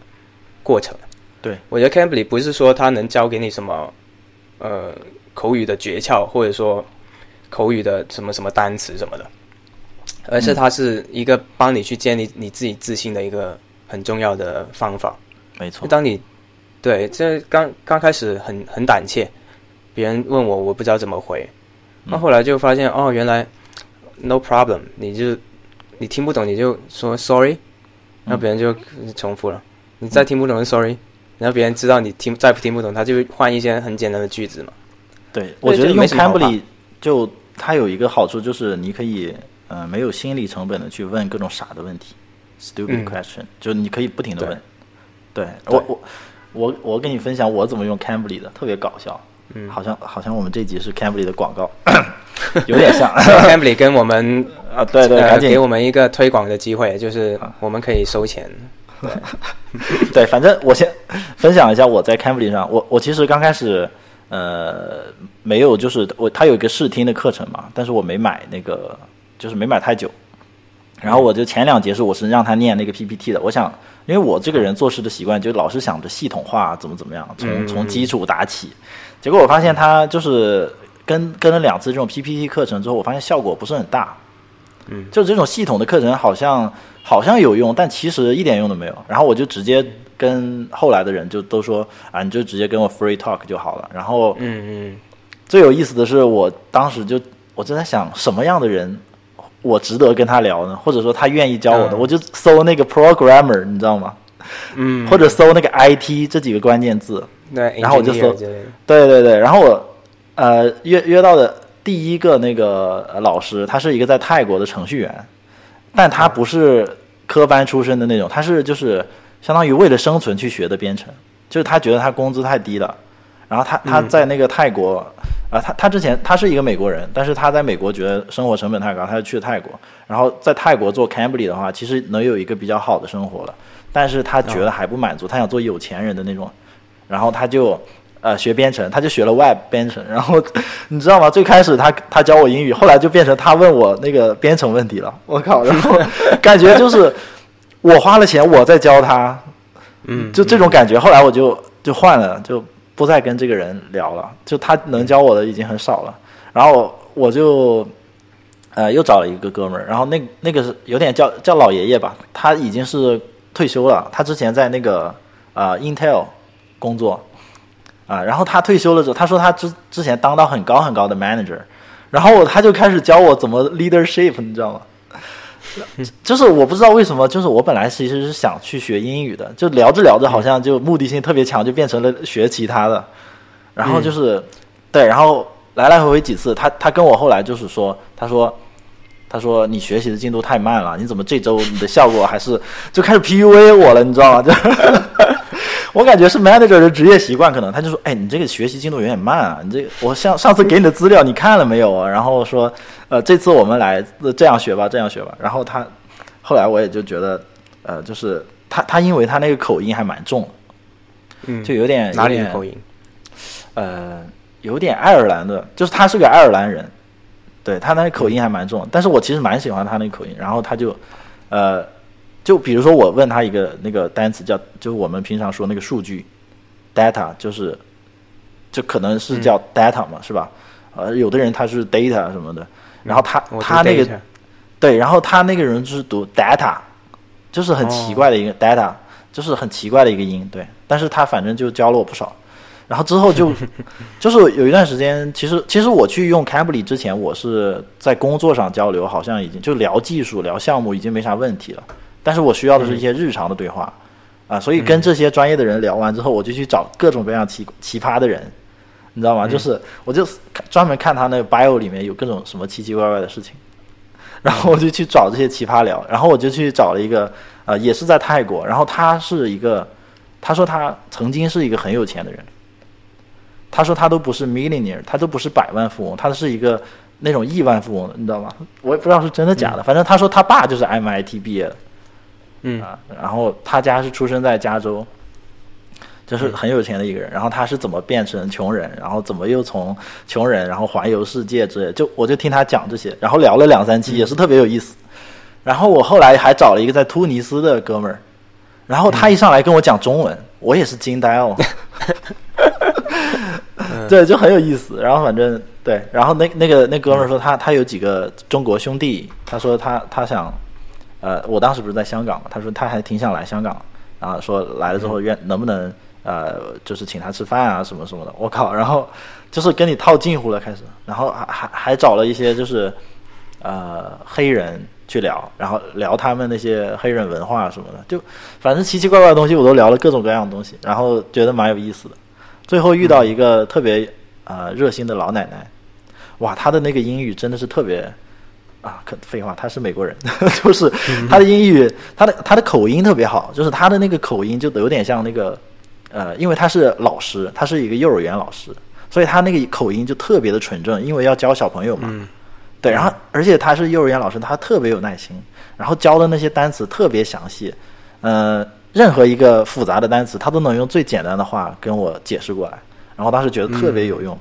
S1: 过程。
S2: 对，
S1: 我觉得 Cambly 不是说它能教给你什么，呃，口语的诀窍，或者说口语的什么什么单词什么的，而是
S2: 嗯
S1: 它是一个帮你去建立你自己自信的一个很重要的方法。
S2: 没错，
S1: 当你对这刚刚开始很很胆怯，别人问我我不知道怎么回，那
S2: 嗯
S1: 后来就发现哦，原来 no problem，你就你听不懂你就说 sorry，那别人就重复了，你再听不懂就 sorry，然后别人知道你听再不听不懂，他就换一些很简单的句子嘛。
S2: 对，我觉
S1: 就
S2: 得用
S1: 没什么好
S2: Cambly 就它有一个好处就是你可以呃没有心理成本的去问各种傻的问题，stupid
S1: 嗯
S2: question，、就你可以不停的
S1: 对
S2: 问。对
S1: 对
S2: 我我我我跟你分享我怎么用 Cambly 的，特别搞笑。嗯，好像好像我们这集是 Cambly 的广告， [coughs] 有点
S1: [laughs]
S2: 像
S1: c a m b l y 跟我们
S2: 啊。 [laughs] 对对，
S1: 呃
S2: 赶紧
S1: 给我们一个推广的机会，就是我们可以收钱。
S2: [laughs] 对，反正我先分享一下我在 Cambly 上，我我其实刚开始呃没有，就是我他有一个试听的课程嘛，但是我没买那个，就是没买太久。然后我就前两节是我是让他念那个 PPT 的，我想，因为我这个人做事的习惯就老是想着系统化怎么怎么样，从从基础打起。结果我发现他就是跟跟了两次这种 PPT 课程之后，我发现效果不是很大。就这种系统的课程好像好像有用，但其实一点用都没有。然后我就直接跟后来的人就都说啊，你就直接跟我 free talk 就好了。然后
S1: 嗯嗯，
S2: 最有意思的是，我当时就我就在想，什么样的人我值得跟他聊呢？或者说他愿意教我的？
S1: 嗯
S2: 我就搜那个 programmer，你知道吗？
S1: 嗯，
S2: 或者搜那个 IT 这几个关键字。
S1: 那
S2: 然后我就
S1: engineer
S2: 搜
S1: 之类的
S2: 对对对，然后我呃约约到的第一个那个呃老师，他是一个在泰国的程序员，但他不是科班出身的那种，他是就是相当于为了生存去学的编程，就是他觉得他工资太低了，然后他他在那个泰国啊、他他之前他是一个美国人，但是他在美国觉得生活成本太高，他就去了泰国，然后在泰国做 Cambly 的话，其实能有一个比较好的生活了，但是他觉得还不满足，他想做有钱人的那种。然后他就呃学编程，他就学了 Web 编程。 [laughs] 然后你知道吗？最开始他他教我英语，后来就变成他问我那个编程问题了。我靠！然
S1: [laughs]
S2: 后感觉就是我花了钱，我在教他，
S1: 嗯，
S2: 就这种感觉。后来我就就换了，就不再跟这个人聊了。就他能教我的已经很少了。然后我就呃又找了一个哥们儿，然后那那个是有点叫叫老爷爷吧，他已经是退休了。他之前在那个呃 Intel 工作啊、然后他退休了之后，他说他之之前当到很高很高的 manager，然后他就开始教我怎么 leadership，你知道吗？ [laughs] 就是我不知道为什么，就是我本来其实是想去学英语的，就聊着聊着好像就目的性特别强，就变成了学其他的。然
S1: 嗯
S2: 后就是，对，然后来来回回几次，他他跟我后来就是说，他说他说你学习的进度太慢了，你怎么这周你的效果还是就开始 PUA 我了，你知
S1: [laughs]
S2: 道吗？就我感觉是 manager 的职业习惯，可能他就说，哎，你这个学习进度有点慢啊，你这个我上上次给你的资料你看了没有啊？然后说，呃，这次我们来呃这样学吧，这样学吧。然后他后来我也就觉得，呃，就是他他因为他那个口音还蛮重的，
S1: 嗯，
S2: 就有点
S1: 哪里
S2: 有
S1: 的
S2: 点
S1: 口音？
S2: 呃，有点爱尔兰的，就是他是个爱尔兰人，对他那个口音还蛮重，但是我其实蛮喜欢他那个口音。然后他就，呃，就比如说我问他一个那个单词叫，就是我们平常说那个数据，data，就是，就可能是
S1: 嗯
S2: 叫 data 嘛，是吧？呃，有的人他是 data 什么的，然后他、
S1: 嗯我
S2: 他
S1: 读
S2: 那个
S1: data
S2: 对，然后他那个人就是读 data，就是很奇怪的一个 data，、就是很奇怪的一个音，对。但是他反正就教了我不少，然后之后就就是有一段时间，其实其实我去用 Cambly 之前，我是在工作上交流，好像已经就聊技术、聊项目已经没啥问题了。但是我需要的是一些日常的对话，啊，所以跟这些专业的人聊完之后，我就去找各种各样奇奇葩的人，你知道吗？就是我就专门看他那个 bio 里面有各种什么奇奇怪怪的事情，然后我就去找这些奇葩聊，然后我就去找了一个，呃，也是在泰国，然后他是一个，他说他曾经是一个很有钱的人，他说他都不是 millionaire，他都不是百万富翁，他是一个那种亿万富翁，你知道吗？我也不知道是真的假的，反正他说他爸就是 MIT 毕业的，
S1: 嗯
S2: 啊，然后他家是出生在加州，就是很有钱的一个人。然后他是怎么变成穷人，然后怎么又从穷人然后环游世界之类，就我就听他讲这些，然后聊了两三期，也是特别有意思。然后我后来还找了一个在突尼斯的哥们儿，然后他一上来跟我讲中文，我也是惊呆了。对，就很有意思。然后反正对，然后那那个那哥们儿说他他有几个中国兄弟，他说他他想，呃，我当时不是在香港嘛，他说他还挺想来香港，然后说来了之后愿能不能呃就是请他吃饭啊什么什么的。我靠，然后就是跟你套近乎了开始，然后还还还找了一些就是呃黑人。去聊，然后聊他们那些黑人文化什么的，就反正奇奇怪怪的东西我都聊了各种各样的东西，然后觉得蛮有意思的。最后遇到一个特别呃热心的老奶奶，哇，她的那个英语真的是特别啊，可废话，她是美国人， [laughs] 就是她的英语，她的她的口音特别好，就是她的那个口音就有点像那个呃，因为她是老师，她是一个幼儿园老师，所以她那个口音就特别的纯正，因为要教小朋友嘛。
S1: 嗯
S2: 对，然后而且他是幼儿园老师，他特别有耐心，然后教的那些单词特别详细，呃，任何一个复杂的单词，他都能用最简单的话跟我解释过来，然后当时觉得特别有用。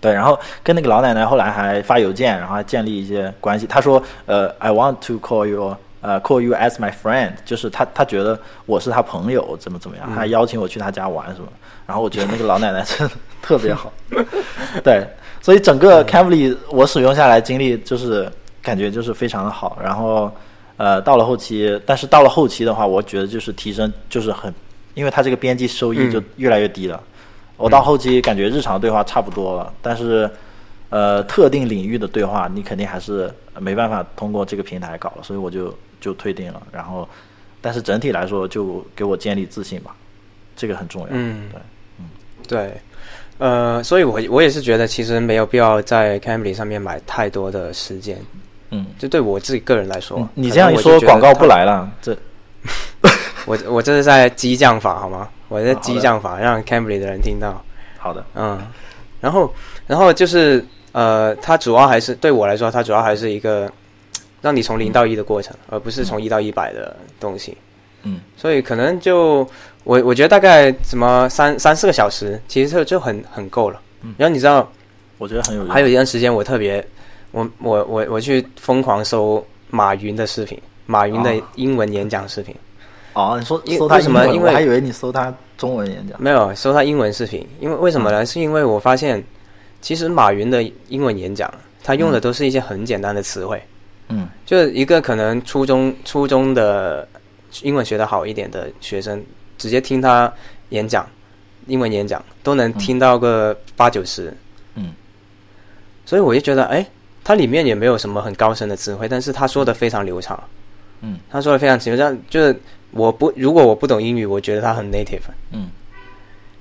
S2: 对，然后跟那个老奶奶后来还发邮件，然后还建立一些关系。他说，呃，I want to call you，呃，call you as my friend，就是他他觉得我是他朋友，怎么怎么样，他还邀请我去他家玩什么。然后我觉得那个老奶奶 [laughs] 真的特别好，对，所以整个 Cavly 我使用下来经历就是感觉就是非常的好。然后呃，到了后期，但是到了后期的话，我觉得就是提升就是很，因为它这个边际收益就越来越低了。我到后期感觉日常对话差不多了，但是，呃，特定领域的对话你肯定还是没办法通过这个平台搞了，所以我就就退订了。然后，但是整体来说，就给我建立自信吧，这个很重要。
S1: 嗯
S2: 对，
S1: 对，呃，所以我我也是觉得其实没有必要在 Cambly 上面买太多的时间，
S2: 嗯，
S1: 就对我自己个人来说，
S2: 你
S1: 嗯可
S2: 这样
S1: 能
S2: 一
S1: 我就
S2: 说，
S1: 觉得
S2: 广告
S1: 它
S2: 不来了，这
S1: 我我这是在激将法好吗？我在
S2: 啊好
S1: 激
S2: 的
S1: 将法，让 Cambly 的人听到。
S2: 好的，
S1: 嗯，然后然后就是呃，它主要还是对我来说，它主要还是一个让你从零到一的过程，而不是从一到一百的东西。
S2: 嗯
S1: 所以可能就我我觉得大概什么三三四个小时，其实就就很很够了
S2: 嗯。
S1: 然后你知道，
S2: 我觉得很有用。
S1: 还有一段时间我特别，我我我我去疯狂搜马云的视频，马云的
S2: 哦
S1: 英文演讲视频。
S2: 哦，你说
S1: 因
S2: 搜他
S1: 为什么
S2: 英文
S1: 因为嗯
S2: 我还以为你搜他中文演讲。
S1: 没有搜他英文视频，因为为什么呢？是因为我发现，其实马云的英文演讲，他用的都是一些很简单的词汇，
S2: 嗯
S1: 就是一个可能初中初中的英文学得好一点的学生，直接听他演讲，英文演讲都能听到个八九十，
S2: 嗯
S1: 所以我就觉得，哎，它里面也没有什么很高深的词汇，但是他说的非常流畅，
S2: 嗯
S1: 他说的非常清楚，但就是我不如果我不懂英语，我觉得他很 native。
S2: 嗯，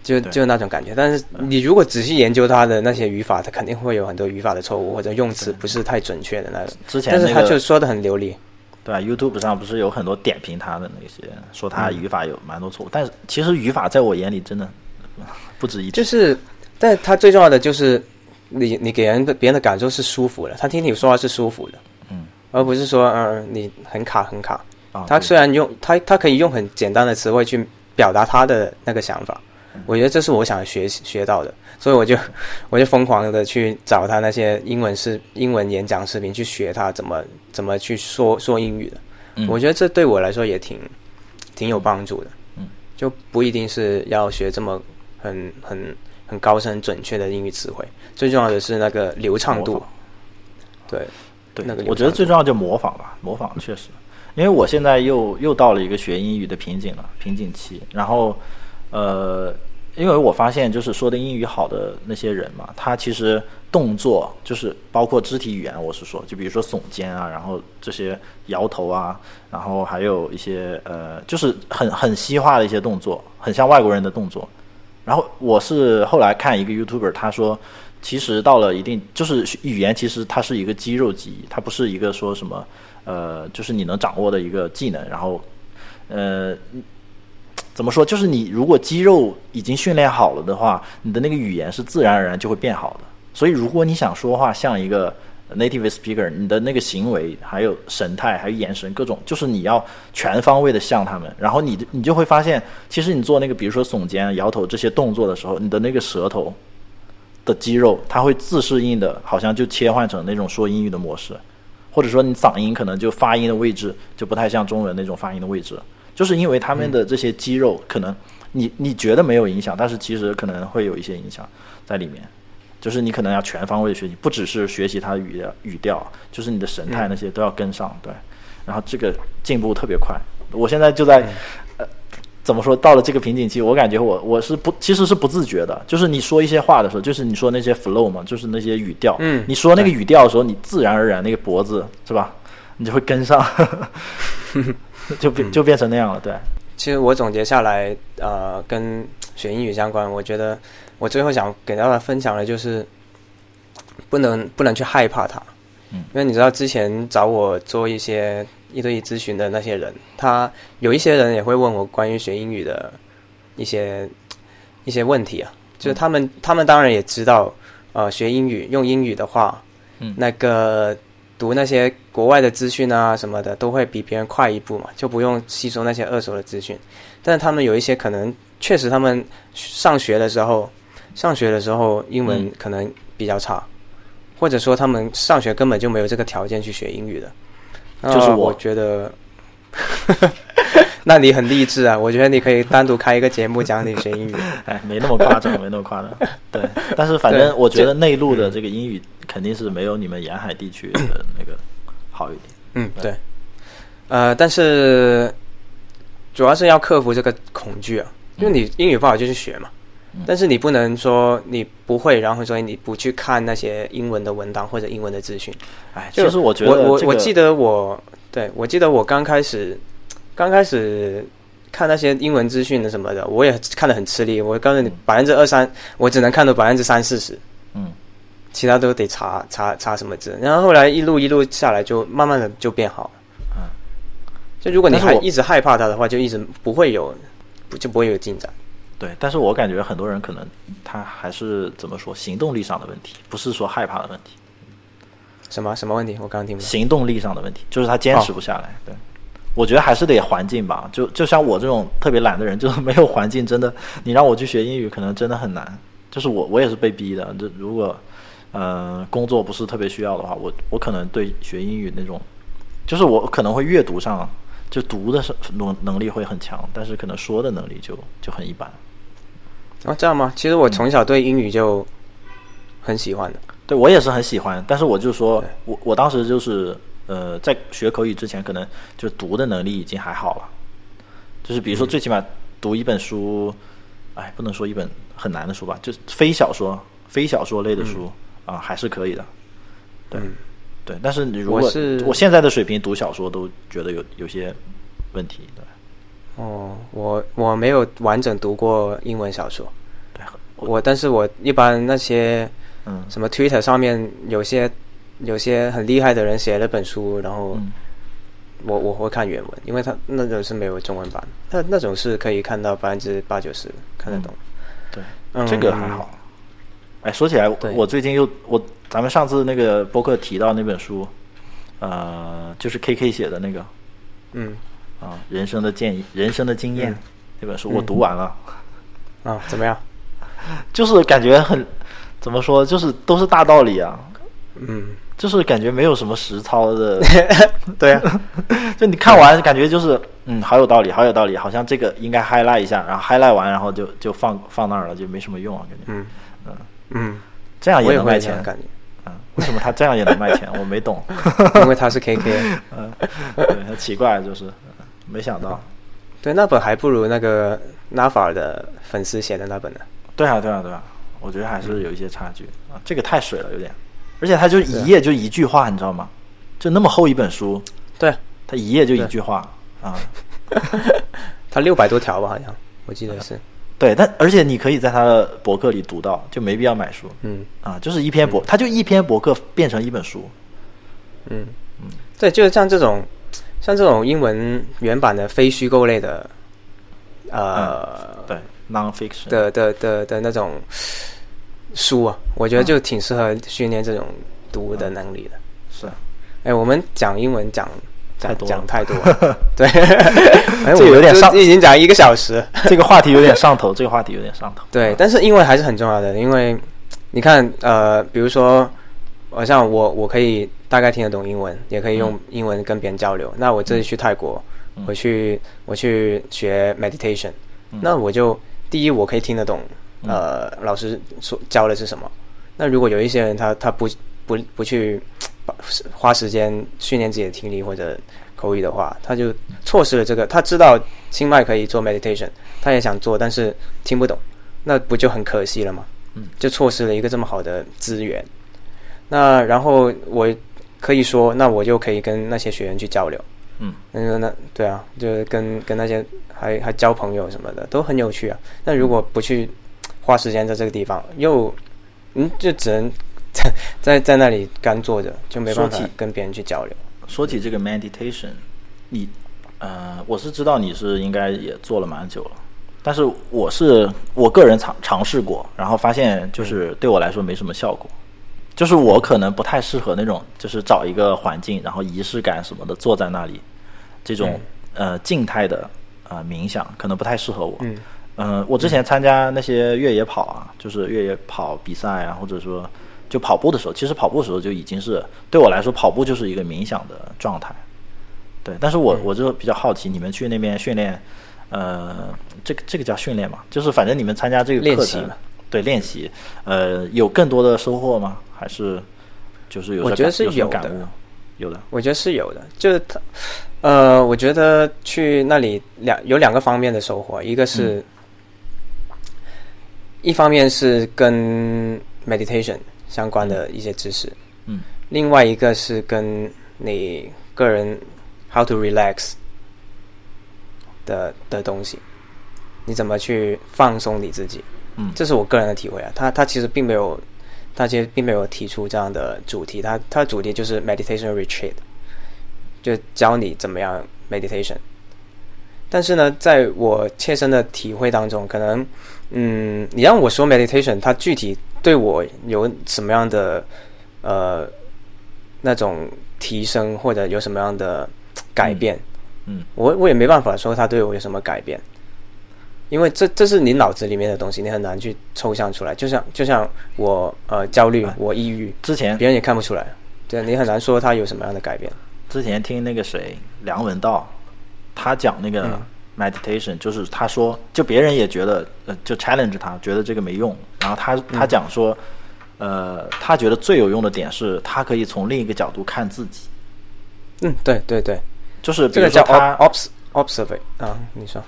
S1: 就
S2: 对
S1: 就那种感觉。但是你如果仔细研究它的那些语法，它肯定会有很多语法的错误或者用词不是太准确的那种。
S2: 之前
S1: 但是
S2: 那
S1: 他
S2: 个
S1: 就说的很流利。
S2: 对吧？YouTube 上不是有很多点评他的那些，说他
S1: 嗯
S2: 语法有蛮多错误，但是其实语法在我眼里真的呃不值一提。
S1: 就是，但他最重要的就是你你给人的别人的感受是舒服的，他听你说话是舒服的，
S2: 嗯，
S1: 而不是说嗯、呃你很卡很卡。
S2: 啊，
S1: 他
S2: 对
S1: 虽然用他他可以用很简单的词汇去表达他的那个想法，我觉得这是我想学习学到的，所以我就 [laughs] 我就疯狂的去找他那些英文视英文演讲视频去学他怎么怎么去说说英语的，
S2: 嗯
S1: 我觉得这对我来说也挺挺有帮助的，
S2: 嗯，
S1: 就不一定是要学这么很很很高深准确的英语词汇，最重要的是那个流畅
S2: 模
S1: 度
S2: 仿，
S1: 对，
S2: 对，
S1: 那个流
S2: 我觉得
S1: 畅
S2: 最重要就模仿吧，模仿确实，因为我现在又又到了一个学英语的瓶颈了，瓶颈期。然后，呃，因为我发现就是说的英语好的那些人嘛，他其实动作就是包括肢体语言，我是说，就比如说耸肩啊，然后这些摇头啊，然后还有一些呃，就是很很西化的一些动作，很像外国人的动作。然后我是后来看一个 YouTuber，他说，其实到了一定就是语言，其实它是一个肌肉记忆，它不是一个说什么呃，就是你能掌握的一个技能。然后，呃，怎么说？就是你如果肌肉已经训练好了的话，你的那个语言是自然而然就会变好的。所以如果你想说话像一个 native speaker，你的那个行为、还有神态、还有眼神各种，就是你要全方位的像他们。然后你你就会发现，其实你做那个比如说耸肩、啊摇头这些动作的时候，你的那个舌头的肌肉，它会自适应的，好像就切换成那种说英语的模式，或者说你嗓音可能就发音的位置就不太像中文那种发音的位置。就是因为他们的这些肌肉，可能你你觉得没有影响，但是其实可能会有一些影响在里面。就是你可能要全方位学习，不只是学习他的语调语调，就是你的神态那些都要跟上。对，然后这个进步特别快。我现在就在，呃，怎么说？到了这个瓶颈期，我感觉我我是不其实是不自觉的，就是你说一些话的时候，就是你说那些 flow 嘛，就是那些语调。
S1: 嗯
S2: 你说那个语调的时候，你自然而然那个脖子是吧，你就会跟上，就变就变成那样了。对，
S1: 其实我总结下来，呃，跟学英语相关，我觉得我最后想给大家分享的就是，不能不能去害怕它，
S2: 嗯
S1: 因为你知道之前找我做一些一对一咨询的那些人，他有一些人也会问我关于学英语的一些一些问题啊，就是
S2: 嗯
S1: 他们他们当然也知道，呃，学英语用英语的话，
S2: 嗯
S1: 那个读那些国外的资讯啊什么的，都会比别人快一步嘛，就不用吸收那些二手的资讯。但他们有一些可能，确实他们上学的时候，上学的时候英文
S2: 嗯
S1: 可能比较差，或者说他们上学根本就没有这个条件去学英语的。那
S2: 就是我
S1: 我觉得， [laughs] 那你很励志啊！我觉得你可以单独开一个节目讲你学英
S2: [laughs]
S1: 语。
S2: 哎，没那么
S1: [laughs]
S2: 夸张，没那么夸张。对，但是反
S1: 对嗯
S2: 正我觉
S1: 这
S2: 得内陆的这个英语肯定是没有你们沿海地区的那个好一点。
S1: 嗯，对。呃，但是主要是要克服这个恐惧啊，因为你英语不好就去学嘛，
S2: 嗯
S1: 但是你不能说你不会，然后所以你不去看那些英文的文档或者英文的资讯。
S2: 哎，
S1: 就
S2: 其实我觉得、这个、
S1: 我我记得我对我记得我刚开始刚开始看那些英文资讯的什么的，我也看得很吃力。我告诉你，百分之二三，我只能看到百分之三四十。
S2: 嗯，
S1: 其他都得查查查什么字，然后后来一路一路下来，就慢慢的就变好了。
S2: 嗯，
S1: 就如果你
S2: 但是
S1: 还
S2: 我
S1: 一直害怕它的话，就一直不会有，不就不会有进展。
S2: 对，但是我感觉很多人可能他还是怎么说行动力上的问题，不是说害怕的问题，
S1: 什么什么问题？我刚刚听不懂。
S2: 行动力上的问题，就是他坚持不下来。对，我觉得还是得环境吧，就就像我这种特别懒的人，就是没有环境，真的你让我去学英语，可能真的很难。就是我我也是被逼的，这如果呃工作不是特别需要的话，我我可能对学英语那种，就是我可能会阅读上就读的是能能力会很强，但是可能说的能力就就很一般。
S1: 哦，这样吗？其实我从小对英语就很喜欢的。
S2: 对我也是很喜欢，但是我就说，我我当时就是呃，在学口语之前，可能就读的能力已经还好了，就是比如
S1: 嗯
S2: 说最起码读一本书，哎，不能说一本很难的书吧，就是非小说、非小说类的书啊、还是可以的。对、
S1: 嗯
S2: 对，但是你如
S1: 我
S2: 果
S1: 是
S2: 我现在的水平读小说都觉得有有些问题，对
S1: 哦，我我没有完整读过英文小说，
S2: 对，很
S1: 我但是我一般那些
S2: 嗯
S1: 什么 Twitter 上面有些有些很厉害的人写了本书，然后
S2: 嗯
S1: 我我会看原文，因为它那种是没有中文版，那那种是可以看到百分之八九十看得懂。
S2: 对，
S1: 嗯
S2: 这个还好。哎，说起来，
S1: 对
S2: 我最近又我咱们上次那个播客提到那本书，呃，就是 K K 写的那个
S1: 嗯，
S2: 啊，人生的建议、人生的经验、
S1: 嗯
S2: 那本书，我读完了，
S1: 啊，怎么样？
S2: [laughs] 就是感觉很怎么说，就是都是大道理啊，
S1: 嗯，
S2: 就是感觉没有什么实操的
S1: [laughs] 对啊，
S2: [laughs] 就你看完感觉就是，嗯，好有道理，好有道理，好像这个应该 highlight 一下，然后 highlight 完，然后就就放放那儿了，就没什么用啊，感觉，
S1: 嗯
S2: 嗯，
S1: 嗯，
S2: 这样
S1: 我也
S2: 能
S1: 会
S2: 卖
S1: 有这
S2: 钱
S1: 样，感觉，
S2: 嗯，为什么他这样也能卖
S1: [laughs]
S2: 钱？我没懂，
S1: 因为它是 KK，
S2: [laughs] 嗯，对，很奇怪，就是嗯没想到。
S1: 对，那本还不如那个 Nafa 的粉丝写的那本呢。
S2: 对啊，对啊，对啊，我觉得还是有一些差距
S1: 嗯
S2: 啊，这个太水了，有点。而且他就一页就一句话，你知道吗？就那么厚一本书，
S1: 对，
S2: 他一页就一句话啊。
S1: [laughs] 它六百多条吧，好像我记得是。
S2: 对，但而且你可以在他的博客里读到，就没必要买书。
S1: 嗯
S2: 啊，就是一篇博，他就一篇博客变成一本书。
S1: 嗯，对，就是像这种像这种英文原版的非虚构类的呃、
S2: 嗯对 nonfiction
S1: 的的的的那种书啊，我觉得
S2: 嗯
S1: 就挺适合训练这种读物的能力的。
S2: 是，
S1: 哎，我们讲英文讲
S2: 嗯太
S1: 讲
S2: 多了
S1: 讲太多
S2: [laughs]
S1: 了，对， [laughs] 哎，
S2: 这
S1: 我
S2: 有
S1: 们
S2: 点
S1: 就
S2: 上
S1: 已经讲一个小时，
S2: [laughs] 这个话题有点上头，这个话题有点上头。嗯
S1: 对，但是英文还是很重要的，因为你看，呃，比如说，呃，像我，我可以大概听得懂英文，也可以用英文跟别人交流。那我这次去泰国，我去我去学 meditation，、那我就第一我可以听得懂，呃，老师所教的是什么。那如果有一些人他他不不不去把花时间训练自己的听力或者口语的话，他就错失了这个。他知道清迈可以做 meditation，他也想做，但是听不懂，那不就很可惜了吗？
S2: 嗯，
S1: 就错失了一个这么好的资源。那然后我可以说，那我就可以跟那些学员去交流。
S2: 嗯
S1: 那那对啊，就是跟跟那些还还交朋友什么的都很有趣啊。那如果不去花时间在这个地方，又嗯，就只能在在在那里干坐着，就没办法
S2: 说起
S1: 跟别人去交流。
S2: 说起这个 meditation，你呃，我是知道你是应该也做了蛮久了，但是我是我个人尝尝试过，然后发现就是对我来说没什么效果，就是我可能不太适合那种就是找一个环境，然后仪式感什么的坐在那里，这种、呃静态的呃冥想可能不太适合我。
S1: 嗯
S2: 嗯，我之前参加那些越野跑啊，就是越野跑比赛啊，或者说就跑步的时候，其实跑步的时候就已经是对我来说，跑步就是一个冥想的状态。对，但是
S1: 嗯
S2: 我我就比较好奇，你们去那边训练，呃，这个这个叫训练嘛，就是反正你们参加这个
S1: 练
S2: 课
S1: 习
S2: 程
S1: 嘛，
S2: 对练习，呃，有更多的收获吗？还是就是有
S1: 我
S2: 什么
S1: 觉得
S2: 感
S1: 是
S2: 有什么
S1: 有
S2: 感
S1: 的
S2: 悟？有的，
S1: 我觉得是有的，就是他，呃，我觉得去那里两有两个方面的收获，一个是，一方面是跟 meditation 相关的一些知识，
S2: 嗯
S1: 另外一个是跟你个人 how to relax 的的东西，你怎么去放松你自己？
S2: 嗯，
S1: 这是我个人的体会啊。他他其实并没有，他其实并没有提出这样的主题，他他主题就是 meditation retreat，就教你怎么样 meditation。但是呢，在我切身的体会当中，可能，嗯，你让我说 meditation，它具体对我有什么样的呃那种提升，或者有什么样的改变，
S2: 嗯
S1: 我我也没办法说它对我有什么改变，因为这这是你脑子里面的东西，你很难去抽象出来。就像就像我呃焦虑
S2: 哎，
S1: 我抑郁，
S2: 之前
S1: 别人也看不出来，对你很难说它有什么样的改变。
S2: 之前听那个谁梁文道，他讲那
S1: 嗯
S2: 个 meditation，、就是他说，就别人也觉得，呃，就 challenge 他，觉得这个没用。然后
S1: 嗯
S2: 他他讲说，呃，他觉得最有用的点是，他可以从另一个角度看自己，
S1: 嗯，对对对，
S2: 就是比
S1: 这
S2: 如
S1: 个
S2: 说
S1: 叫
S2: 他
S1: ob obs observe 啊，你说，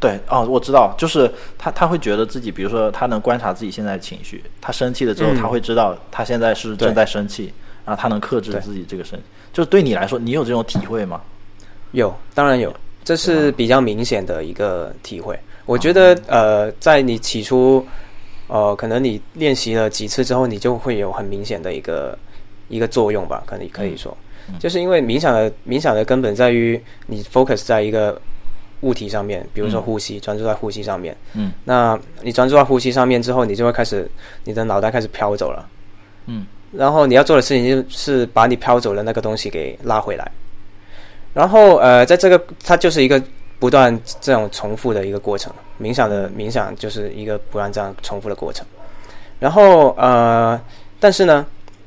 S2: 对哦，我知道，就是他他会觉得自己，比如说他能观察自己现在的情绪，他生气了之后，
S1: 嗯
S2: 他会知道他现在是正
S1: 对
S2: 在生气，然后他能克制
S1: 对
S2: 自己这个生气。就是对你来说，你有这种体会吗？
S1: 有，当然有，这是比较明显的一个体会。我觉得，呃，在你起初，呃，可能你练习了几次之后，你就会有很明显的一个一个作用吧，可能可以说，就是因为冥想的冥想的根本在于你 focus 在一个物体上面，比如说
S2: 嗯
S1: 呼吸，专注在呼吸上面。
S2: 嗯
S1: 那你专注在呼吸上面之后，你就会开始，你的脑袋开始飘走了。 [laughs]
S2: 嗯
S1: 然后你要做的事情就是把你飘走的那个东西给拉回来。然后呃，在这个它就是一个不断这种重复的一个过程，冥想的冥想就是一个不断这样重复的过程。然后呃，但是呢，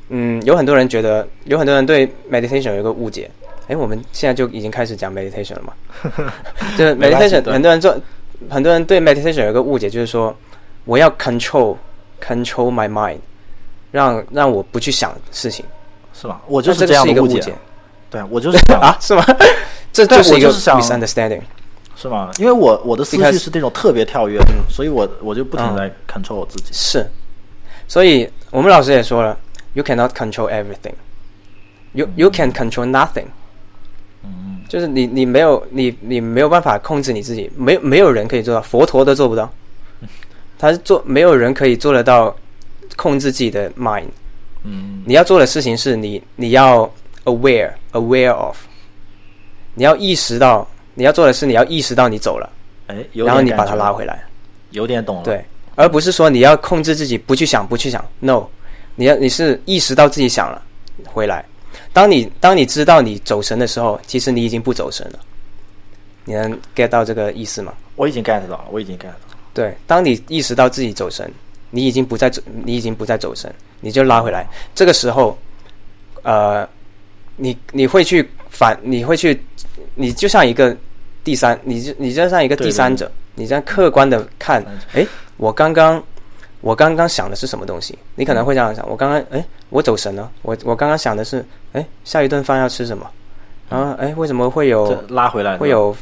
S1: 嗯，有很多人觉得，有很多人对 meditation 有一个误解。哎，我们现在就已经开始讲 meditation 了嘛？ [laughs] 就是
S2: 没关系
S1: meditation，
S2: 对
S1: 很多人做，很多人对 meditation 有一个误解，就是说我要 control control my mind，让让我不去想事情。
S2: 是吧？啊我
S1: 我
S2: 就是
S1: 这
S2: 样
S1: 是
S2: 的
S1: 一个
S2: 误
S1: 误
S2: 解，对我就是这样
S1: [laughs] 啊？是吗？这
S2: 对
S1: 就是一个
S2: 我就是想
S1: misunderstanding。
S2: 是吗？因为我我的思
S1: 一开
S2: 绪
S1: 始嗯
S2: 是那种特别跳跃的，所以我我就不停地在 control 我自己。
S1: 是，所以我们老师也说了，you cannot control everything。You you can control nothing，
S2: 嗯，
S1: 就是你你没有你你没有办法控制你自己，没有没有人可以做到，佛陀都做不到，他是做没有人可以做得到控制自己的 mind，
S2: 嗯
S1: 你要做的事情是你你要 aware aware of，你要意识到你要做的是你要意识到你走了，
S2: 哎，有
S1: 然后
S2: 点
S1: 你
S2: 感
S1: 把它
S2: 觉
S1: 拉回来。
S2: 有点懂了。
S1: 对，而不是说你要控制自己不去想，不去想。No，你要你是意识到自己想了，回来。当你当你知道你走神的时候，其实你已经不走神了。你能 get 到这个意思吗？
S2: 我已经 get 到了，我已经 get 到了。
S1: 对，当你意识到自己走神，你已经不再走，你已经不再走神，你就拉回来。这个时候，呃，你你会去反，你会去，你就像一个第三，你就你就像一个
S2: 对
S1: 第三者，你这样客观的看，诶，我刚刚我刚刚想的是什么东西？你可能会这样想，我刚刚诶，我走神了，我我刚刚想的是，诶，下一顿饭要吃什么？然后诶，为什么会有
S2: 这拉回来
S1: 哦会有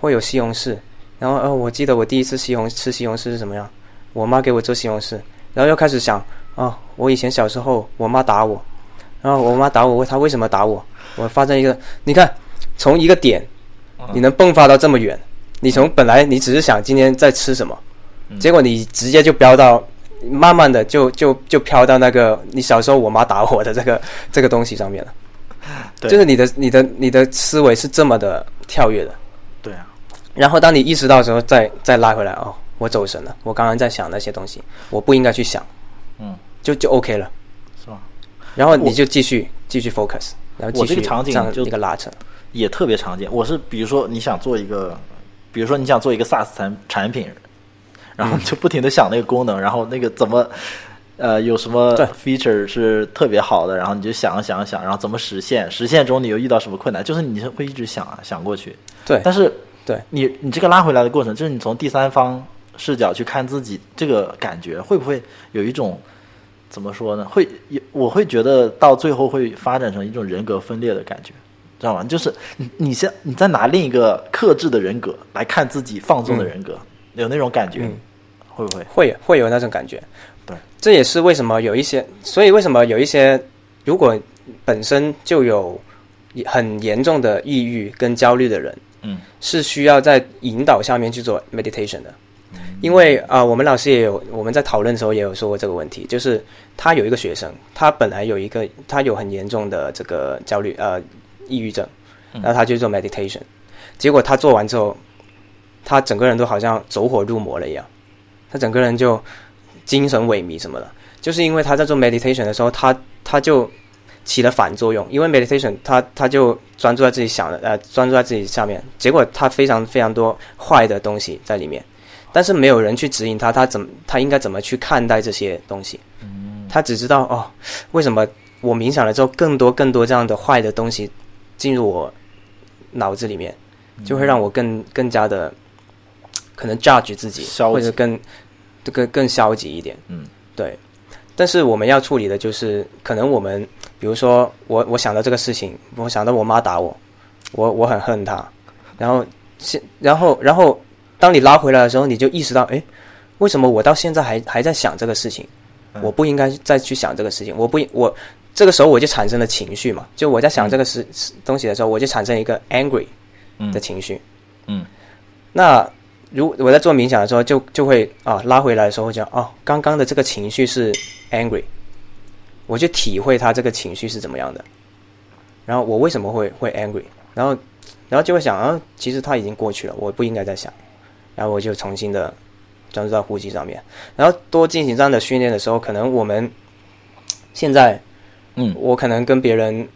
S1: 会有西红柿。然后呃，我记得我第一次西红吃西红柿是什么样，我妈给我做西红柿，然后又开始想啊、我以前小时候我妈打我，然后我妈打我，她为什么打我？我发现一个，你看从一个点，
S2: 嗯
S1: 你能迸发到这么远，你从本来你只是想今天在吃什么，
S2: 嗯
S1: 结果你直接就飙到。慢慢的就就就飘到那个你小时候我妈打我的这个这个东西上面了，
S2: 对
S1: 就是你的你的你的思维是这么的跳跃的，
S2: 对啊，
S1: 然后当你意识到的时候再，再拉回来哦，我走神了，我刚刚在想那些东西，我不应该去想，
S2: 嗯，
S1: 就就 OK 了。
S2: 是吧？
S1: 然后你就继续继续 focus，然后继
S2: 我这
S1: 续
S2: 个场景
S1: 这样
S2: 就
S1: 一个拉扯。
S2: 也特别常见。我是比如说你想做一个，比如说你想做一个 SaaS 产产品，然
S1: 嗯
S2: 后就不停的想那个功能，然后那个怎么。呃，有什么
S1: 对
S2: feature 是特别好的，然后你就想想想，然后怎么实现？实现中你又遇到什么困难？就是你会一直想啊，想过去。
S1: 对
S2: 但是
S1: 对
S2: 你你这个拉回来的过程，就是你从第三方视角去看自己，这个感觉会不会有一种怎么说呢？会有我会觉得到最后会发展成一种人格分裂的感觉，知道吗？就是你你先你再拿另一个克制的人格来看自己放
S1: 嗯
S2: 纵的人格，有那种感觉，会不会？
S1: 会有会有那种感觉。
S2: 对，
S1: 这也是为什么有一些，所以为什么有一些，如果本身就有很严重的抑郁跟焦虑的人，
S2: 嗯，
S1: 是需要在引导下面去做 meditation 的，因为啊、呃我们老师也有我们在讨论的时候也有说过这个问题，就是他有一个学生，他本来有一个他有很严重的这个焦虑呃抑郁症，然后他去做 meditation，结果他做完之后，他整个人都好像走火入魔了一样，他整个人就精神萎靡什么的，就是因为他在做 meditation 的时候，他他就起了反作用，因为 meditation 他他就专注在自己想的，呃，专注在自己下面，结果他非常非常多坏的东西在里面，但是没有人去指引他，他怎么他应该怎么去看待这些东西，
S2: 嗯
S1: 他只知道哦，为什么我冥想了之后，更多更多这样的坏的东西进入我脑子里面，
S2: 嗯
S1: 就会让我更更加的可能 judge 自己，
S2: 消极
S1: 或者更更更消极一点，
S2: 嗯，
S1: 对。但是我们要处理的就是，可能我们比如说我我想到这个事情，我想到我妈打我，我我很恨她，然后现然后然后当你拉回来的时候，你就意识到，诶，为什么我到现在还还在想这个事情？
S2: 嗯
S1: 我不应该再去想这个事情，我不我这个时候我就产生了情绪嘛，就我在想这个事、东西的时候，我就产生一个 angry 的情绪。
S2: 嗯
S1: 那如我在做冥想的时候就，就会啊拉回来的时候会讲哦，刚刚的这个情绪是 angry，我去体会他这个情绪是怎么样的，然后我为什么会会 angry，然后然后就会想啊，其实他已经过去了，我不应该再想，然后我就重新的专注到呼吸上面，然后多进行这样的训练的时候，可能我们现在
S2: 嗯
S1: 我可能跟别人，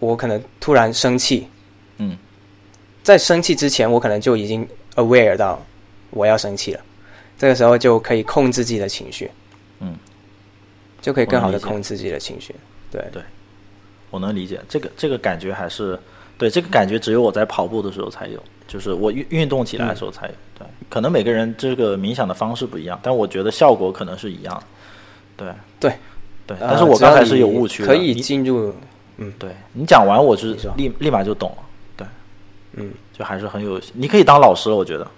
S1: 我可能突然生气，
S2: 嗯
S1: 在生气之前，我可能就已经 aware 到我要生气了，这个时候就可以控制自己的情绪，
S2: 嗯，
S1: 就可以更好
S2: 我
S1: 的
S2: 能理解
S1: 控制自己的情绪。对
S2: 对我能理解这个这个感觉还是对这个感觉只有我在跑步的时候才有，就是我运运动起来的时候才有。
S1: 嗯
S2: 对，可能每个人这个冥想的方式不一样，但我觉得效果可能是一样的。对
S1: 对，
S2: 对，
S1: 呃
S2: 但是我刚才是有误
S1: 只
S2: 区的。
S1: 要你可以
S2: 你
S1: 进入，嗯
S2: 对你讲完，我是
S1: 你说
S2: 立立马就懂了。对，
S1: 嗯
S2: 就还是很有，你可以当老师了，我觉得。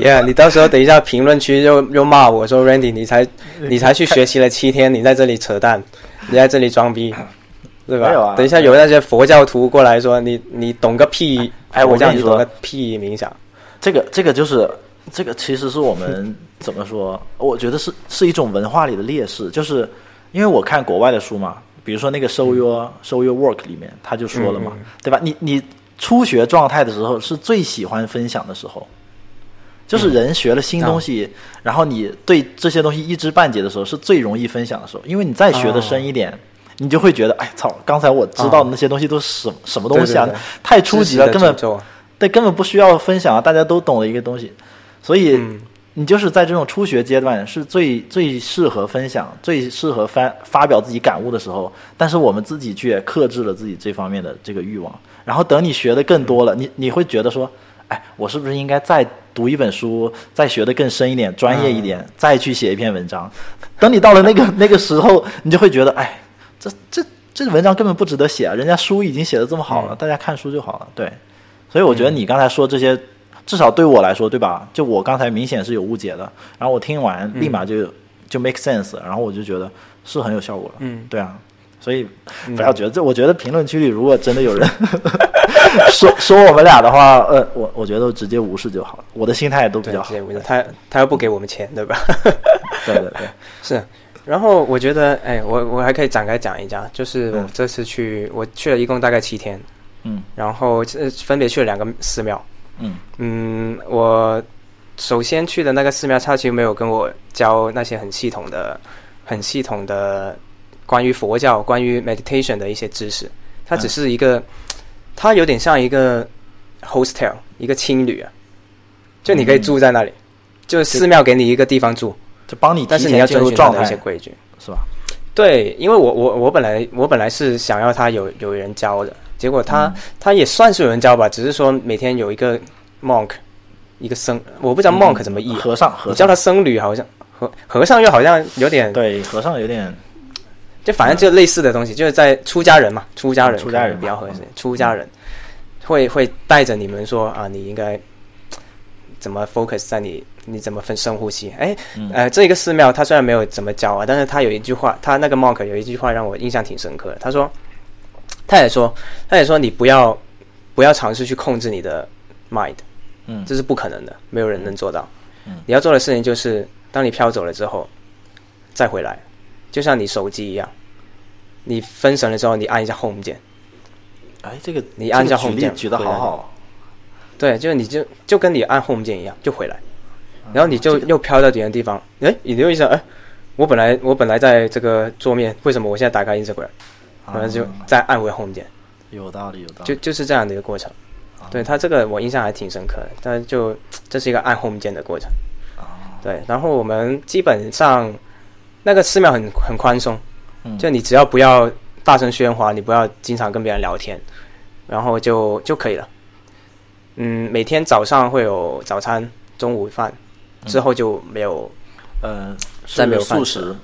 S1: ，Yeah，你到时候等一下评论区又又骂我说 Randy，你
S2: [laughs]
S1: 才你才去学习了七天，你在这里扯淡，你在这里装
S2: [laughs]
S1: 逼。对吧？
S2: 没有啊
S1: 等一下有那些佛教徒过来说你你懂个屁，
S2: 哎我
S1: 佛教
S2: 跟你
S1: 你
S2: 说
S1: 懂个屁冥想，
S2: 这个这个就是这个，其实是
S1: [laughs]
S2: 我们怎么说？我觉得是是一种文化里的劣势，就是因为我看国外的书嘛，比如说那个《Show Your Show Your Work》里面，他就说了嘛，对吧？你你初学状态的时候是最喜欢分享的时候，就是人学了新东
S1: 嗯
S2: 西，然后你对这些东西一知半解的时候是最容易分享的时候，因为你再学的深一点。
S1: 啊
S2: 你就会觉得，哎操！刚才我知道的那些东西都是什么、什么东西啊？
S1: 对对对
S2: 太初级了，
S1: 知
S2: 根
S1: 识的
S2: 本
S1: 诅咒
S2: 对，根本不需要分享啊，大家都懂的一个东西，所以你就是在这种初学阶段是最最适合分享、最适合发发表自己感悟的时候，但是我们自己却克制了自己这方面的这个欲望，然后等你学的更多了，你你会觉得说，哎，我是不是应该再读一本书，再学的更深一点、专业一点，再去写一篇文章？ [laughs] 等你到了那个那个时候，你就会觉得，哎，这这这文章根本不值得写啊，人家书已经写的这么好
S1: 嗯
S2: 了，大家看书就好了，对。所以我觉得你刚才说这些，至少对我来说，对吧？就我刚才明显是有误解的，然后我听完
S1: 嗯
S2: 立马就、就 make sense，然后我就觉得是很有效果了。
S1: 嗯，
S2: 对啊，所以不要觉得这，我觉得评论区里如果真的有人 [laughs] 说说我们俩的话，呃，我我觉得直接无视就好了，我的心态都比
S1: 对
S2: 较，
S1: 直
S2: 好。
S1: 接无视他他又不给我们钱，对吧？
S2: [laughs] 对对对，
S1: [laughs] 是，然后我觉得，哎，我我还可以展开讲一讲，就是我
S2: 嗯
S1: 这次去，我去了一共大概七天，
S2: 嗯
S1: 然后呃分别去了两个寺庙。
S2: 嗯
S1: 嗯，我首先去的那个寺庙，他其实没有跟我教那些很系统的、很系统的关于佛教、关于 meditation 的一些知识，它
S2: 嗯
S1: 只是一个，它有点像一个 hostel，一个青旅啊，就
S2: 嗯
S1: 你可以住在那里，就是寺庙给你一个地方住，
S2: 就帮你提
S1: 但是你要
S2: 前进
S1: 遵
S2: 入
S1: 循它
S2: 状
S1: 的一
S2: 态
S1: 些，规矩。
S2: 是吧？
S1: 对，因为我我我本来我本来是想要他有有人教的，结果他、
S2: 嗯
S1: 他也算是有人教吧，只是说每天有一个 monk，一个僧，我不知道 monk 怎么译啊，
S2: 嗯和尚，和
S1: 你叫
S2: 尚，
S1: 他僧侣好像和和尚又好像有点，
S2: 对，和尚有点
S1: 就反正就类似的东西，就是在出家人嘛，出家人
S2: 嗯出家人
S1: 可能比较
S2: 嘛
S1: 合适
S2: 嗯，
S1: 出家人会会带着你们说啊，你应该怎么 focus 在你你怎么分深呼吸，哎，
S2: 嗯
S1: 呃，这个寺庙他虽然没有怎么教啊，但是他有一句话，他那个 monk 有一句话让我印象挺深刻的。他说，他也说，他也说你不要不要尝试去控制你的 mind，
S2: 嗯
S1: 这是不可能的，没有人能做到。
S2: 嗯
S1: 你要做的事情就是，当你飘走了之后，再回来，就像你手机一样，你分神了之后，你按一下 home 键，
S2: 哎，这个
S1: 你按照
S2: 这个举
S1: 后
S2: 例
S1: 面
S2: 举的
S1: 回来
S2: 好好，
S1: 对，就是你就就跟你按 home 键一样，就回来。然后你
S2: 嗯这
S1: 就
S2: 个
S1: 又飘到别的地方，哎，你就一想，哎，我本来我本来在这个桌面，为什么我现在打开 Instagram，然后就
S2: 啊
S1: 再按回 home 键，
S2: 有道理，有道理，
S1: 就就是这样的一个过程。
S2: 啊
S1: 对他这个我印象还挺深刻的，但就这是一个按 home 键的过程。
S2: 啊，
S1: 对，然后我们基本上那个寺庙很很宽松，
S2: 嗯
S1: 就你只要不要大声喧哗，你不要经常跟别人聊天，然后就就可以了。嗯，每天早上会有早餐、中午饭，
S2: 嗯
S1: 之后就没有
S2: 呃，是
S1: 再没有饭
S2: 素
S1: 吃
S2: 食，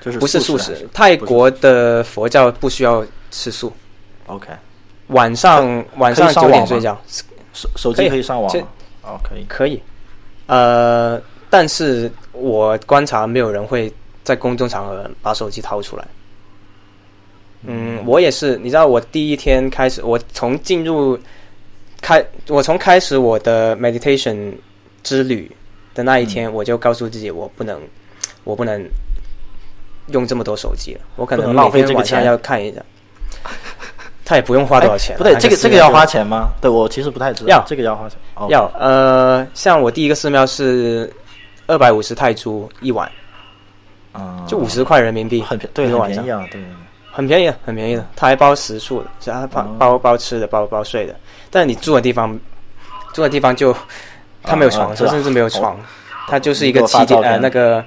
S2: 就是
S1: 不是素
S2: 素还
S1: 食
S2: 是，
S1: 泰
S2: 不是
S1: 国的佛教不需要吃素。
S2: OK，
S1: 晚上晚上
S2: 上
S1: 九
S2: 网
S1: 点
S2: 吗
S1: 睡觉
S2: 手手
S1: 可
S2: 机
S1: 以
S2: 可以上网
S1: 这
S2: 吗？哦，可以，
S1: 可以，呃，但是我观察没有人会在公众场合把手机掏出来。嗯，我也是，你知道，我第一天开始，我从进入开，我从开始我的 meditation 之旅的那一天，我就告诉自己，我不能，我不能用这么多手机了，我可
S2: 不
S1: 能
S2: 能浪费
S1: 每天
S2: 这个
S1: 晚上
S2: 钱
S1: 要看一下。他也不用花多少
S2: 哎
S1: 钱啊了，
S2: 不对，
S1: 那
S2: 这个
S1: 寺
S2: 这个
S1: 庙
S2: 要
S1: 就
S2: 花钱吗？对我其实不太知道
S1: 要，
S2: 这个要花钱，哦
S1: 要呃，像我第一个寺庙是二百五十泰铢一晚，
S2: 啊，
S1: 就五十块人民币，
S2: 很便对，
S1: 一个
S2: 很
S1: 晚上
S2: 便宜，啊，对，对对
S1: 很便宜的，很便宜的，他还包食宿的，只要包
S2: 哦
S1: 包包吃的，包包睡的。但你住的地方，住的地方就他没有床，
S2: 啊
S1: 他
S2: 是吧
S1: 甚至没有床，他就是一个
S2: 你给我
S1: 气
S2: 发
S1: 垫
S2: 照片
S1: 呃那个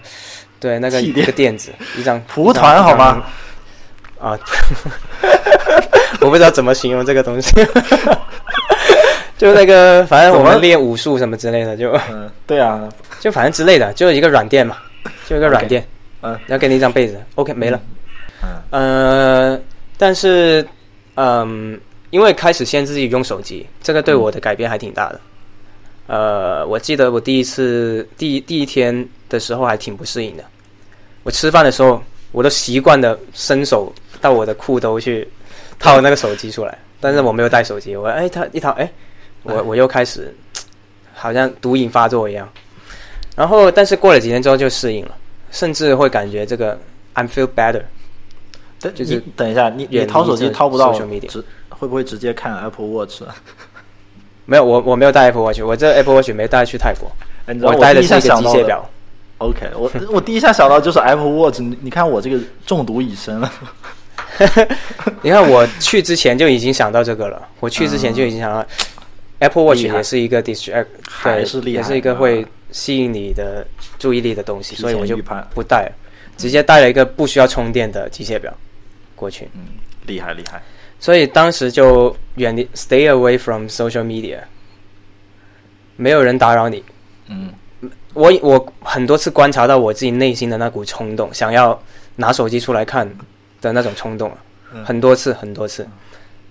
S1: 对那个
S2: 气
S1: 一
S2: 垫
S1: 个垫子，一张
S2: [laughs] 蒲团好？
S1: 一张
S2: 吗？
S1: 啊， [laughs] 我不知道怎么形容这个东西， [laughs] 就那个反正我
S2: 怎
S1: 们
S2: 么
S1: 练武术什么之类的就。
S2: 嗯，对啊，
S1: 就反正之类的，就是一个软垫嘛，就一个软垫
S2: 嗯
S1: 然后给你一张被子，OK 没了。
S2: 嗯
S1: 呃，但是，嗯，因为开始先自己用手机，这个对我的改变还挺大的。呃，我记得我第一次第一第一天的时候还挺不适应的，我吃饭的时候我都习惯的伸手到我的裤兜去掏那个手机出来，但是我没有带手机，我哎他一掏哎，我我又开始好像毒瘾发作一样，然后但是过了几天之后就适应了，甚至会感觉这个 I feel better。
S2: 等
S1: 就是
S2: 你等一下，你你
S1: 远
S2: 掏
S1: 离
S2: 手机
S1: 这
S2: 掏不到
S1: social media
S2: 直会不会直接看 Apple Watch？啊
S1: 没有，我我没有带 Apple Watch，我这 Apple Watch 没带去泰国，
S2: 哎，你知道
S1: 我
S2: 我
S1: 带的
S2: 第一
S1: 是
S2: 下
S1: 一个
S2: 想
S1: 机
S2: 到
S1: 械
S2: 的
S1: 表。 [laughs]
S2: OK，我我第一下想到就是 Apple Watch，你你看我这个中毒已深了。 [laughs]
S1: 你看我去之前就已经想到这个了，我去之前就已经想到 Apple Watch
S2: 嗯厉害
S1: 也是一个 distract，
S2: 还
S1: 对，
S2: 是厉
S1: 也
S2: 害
S1: 是一个
S2: 啊
S1: 会吸引你的注意力的东西，
S2: 提
S1: 所以我
S2: 前
S1: 就
S2: 预判
S1: 不带了，直接带了一个不需要充电的机械表过去。
S2: 嗯，厉害厉害。
S1: 所以当时就远离，stay away from social media，没有人打扰你。
S2: 嗯，
S1: 我我很多次观察到我自己内心的那股冲动，想要拿手机出来看的那种冲动啊
S2: 嗯
S1: 很多次很多次，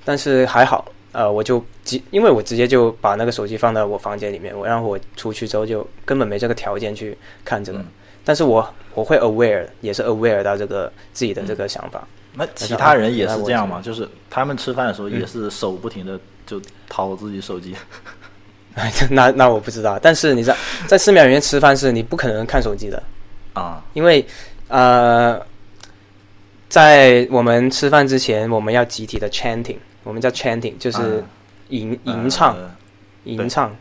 S1: 但是还好，呃，我就直，因为我直接就把那个手机放到我房间里面，我让我出去之后就根本没这个条件去看这个，
S2: 嗯
S1: 但是我我会 aware，也是 aware 到这个自己的
S2: 嗯
S1: 这个想法， [laughs]
S2: 那其他人也
S1: 那
S2: 是
S1: 我嗯
S2: 这样吗？就是他们吃饭的时候也是手不停的就掏自己手机。
S1: 那那我不知道，但是你知道，在寺庙里面吃饭是你不可能看手机的，
S2: 啊，
S1: 因为呃，在我们吃饭之前，我们要集体的 chanting，我们叫 chanting，就是
S2: 嗯
S1: 吟吟唱
S2: 呃
S1: 吟
S2: 对
S1: 唱，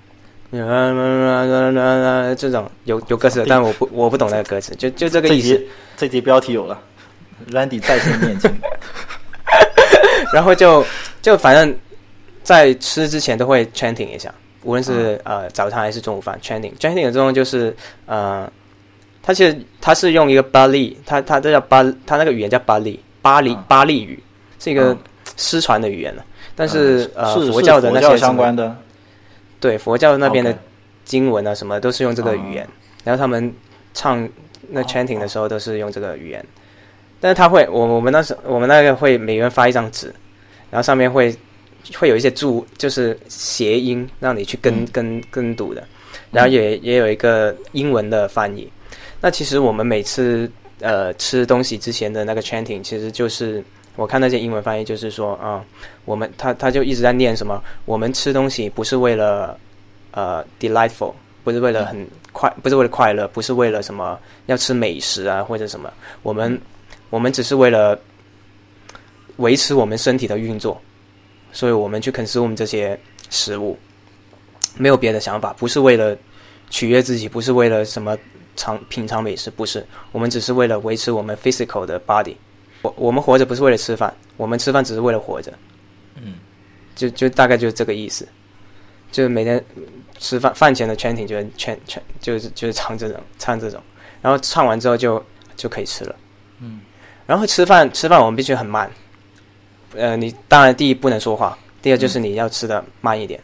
S1: 这种有有歌词的，但我不我不懂那个歌词，就就这个
S2: 这
S1: 意思。
S2: 集这集标题有了，Randy 在线念经。
S1: 然后就就反正，在吃之前都会 chanting 一下，无论是、
S2: 啊
S1: 呃早餐还是中午饭 chanting。chanting 的作用就是呃，它其实它是用一个巴利，它它这叫巴，它那个语言叫巴利，巴利
S2: 嗯
S1: 巴利语是一个
S2: 嗯
S1: 失传的语言了。 [laughs] 但是、
S2: 嗯
S1: 呃，
S2: 是
S1: 佛
S2: 是
S1: 教的那些
S2: 相关
S1: 的，
S2: 的
S1: 对佛教那边的
S2: OK
S1: 经文啊什么都是用这个语
S2: 哦
S1: 言，然后他们唱那
S2: 哦
S1: chanting 的时候都是用这个语言，但是他会，我我们那时我们那个会每人发一张纸，然后上面会会有一些注，就是谐音让你去跟、
S2: 嗯
S1: 跟跟读的，然后也也有一个英文的翻译。那其实我们每次呃吃东西之前的那个 chanting，其实就是我看那些英文翻译就是说啊、我们他他就一直在念什么，我们吃东西不是为了呃 delightful，不是为了很快，不是为了快乐，不是为了什么要吃美食啊或者什么，我们我们只是为了维持我们身体的运作，所以我们去 consume 这些食物，没有别的想法，不是为了取悦自己，不是为了什么尝品尝美食，不是，我们只是为了维持我们 physical 的 body。我我们活着不是为了吃饭，我们吃饭只是为了活着。
S2: 嗯，
S1: 就就大概就是这个意思，就是每天吃饭饭前的 chanting 就是 chant chant 就是就是唱这种唱这种，然后唱完之后就就可以吃了。
S2: 嗯，
S1: 然后吃饭吃饭我们必须很慢，呃，你当然第一不能说话，第二就是你要吃的慢一点。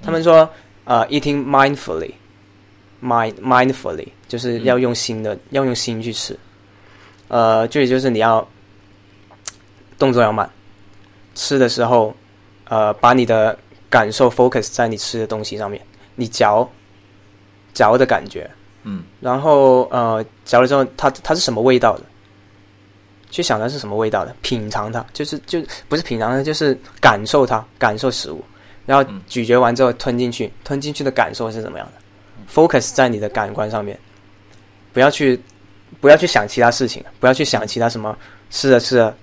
S1: 他们说呃，eating mindfully，mind mindfully 就是要用心的，要用心去吃。呃，这也就是你要动作要慢，吃的时候呃，把你的感受 focus 在你吃的东西上面，你嚼嚼的感觉，
S2: 嗯
S1: 然后呃，嚼了之后它它是什么味道的，去想它是什么味道的，品尝它，就是就不是品尝它，就是感受它，感受食物，然后
S2: 嗯
S1: 咀嚼完之后吞进去，吞进去的感受是怎么样的，focus 在你的感官上面，不要去不要去想其他事情，不要去想其他什么吃啊着吃着，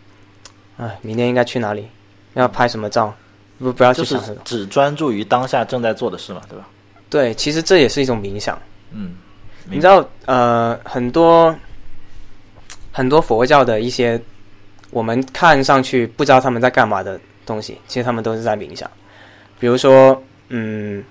S1: 哎，明天应该去哪里，要拍什么照，不不要去
S2: 就是
S1: 想什么。
S2: 只专注于当下正在做的事嘛，对吧？
S1: 对，其实这也是一种冥想。
S2: 嗯，
S1: 你知道，呃，很多很多佛教的一些我们看上去不知道他们在干嘛的东西，其实他们都是在冥想。比如说，嗯，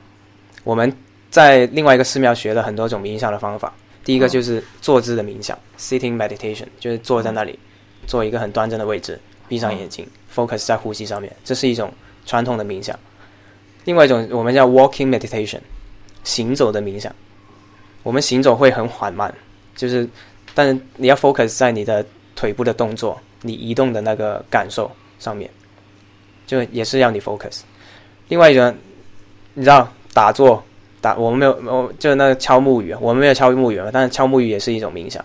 S1: 我们在另外一个寺庙学了很多种冥想的方法。第一个
S2: 嗯
S1: 就是坐姿的冥想、s i t t i n g meditation），就是坐在那里，做一个很端正的位置，闭上眼睛、f o c u s 在呼吸上面，这是一种传统的冥想。另外一种我们叫 walking meditation，行走的冥想。我们行走会很缓慢，就是，但是你要 focus 在你的腿部的动作，你移动的那个感受上面，就也是要你 focus。另外一种，你知道打坐打，我们没有，我就是那个敲木鱼，我们没有敲木鱼嘛，但是敲木鱼也是一种冥想，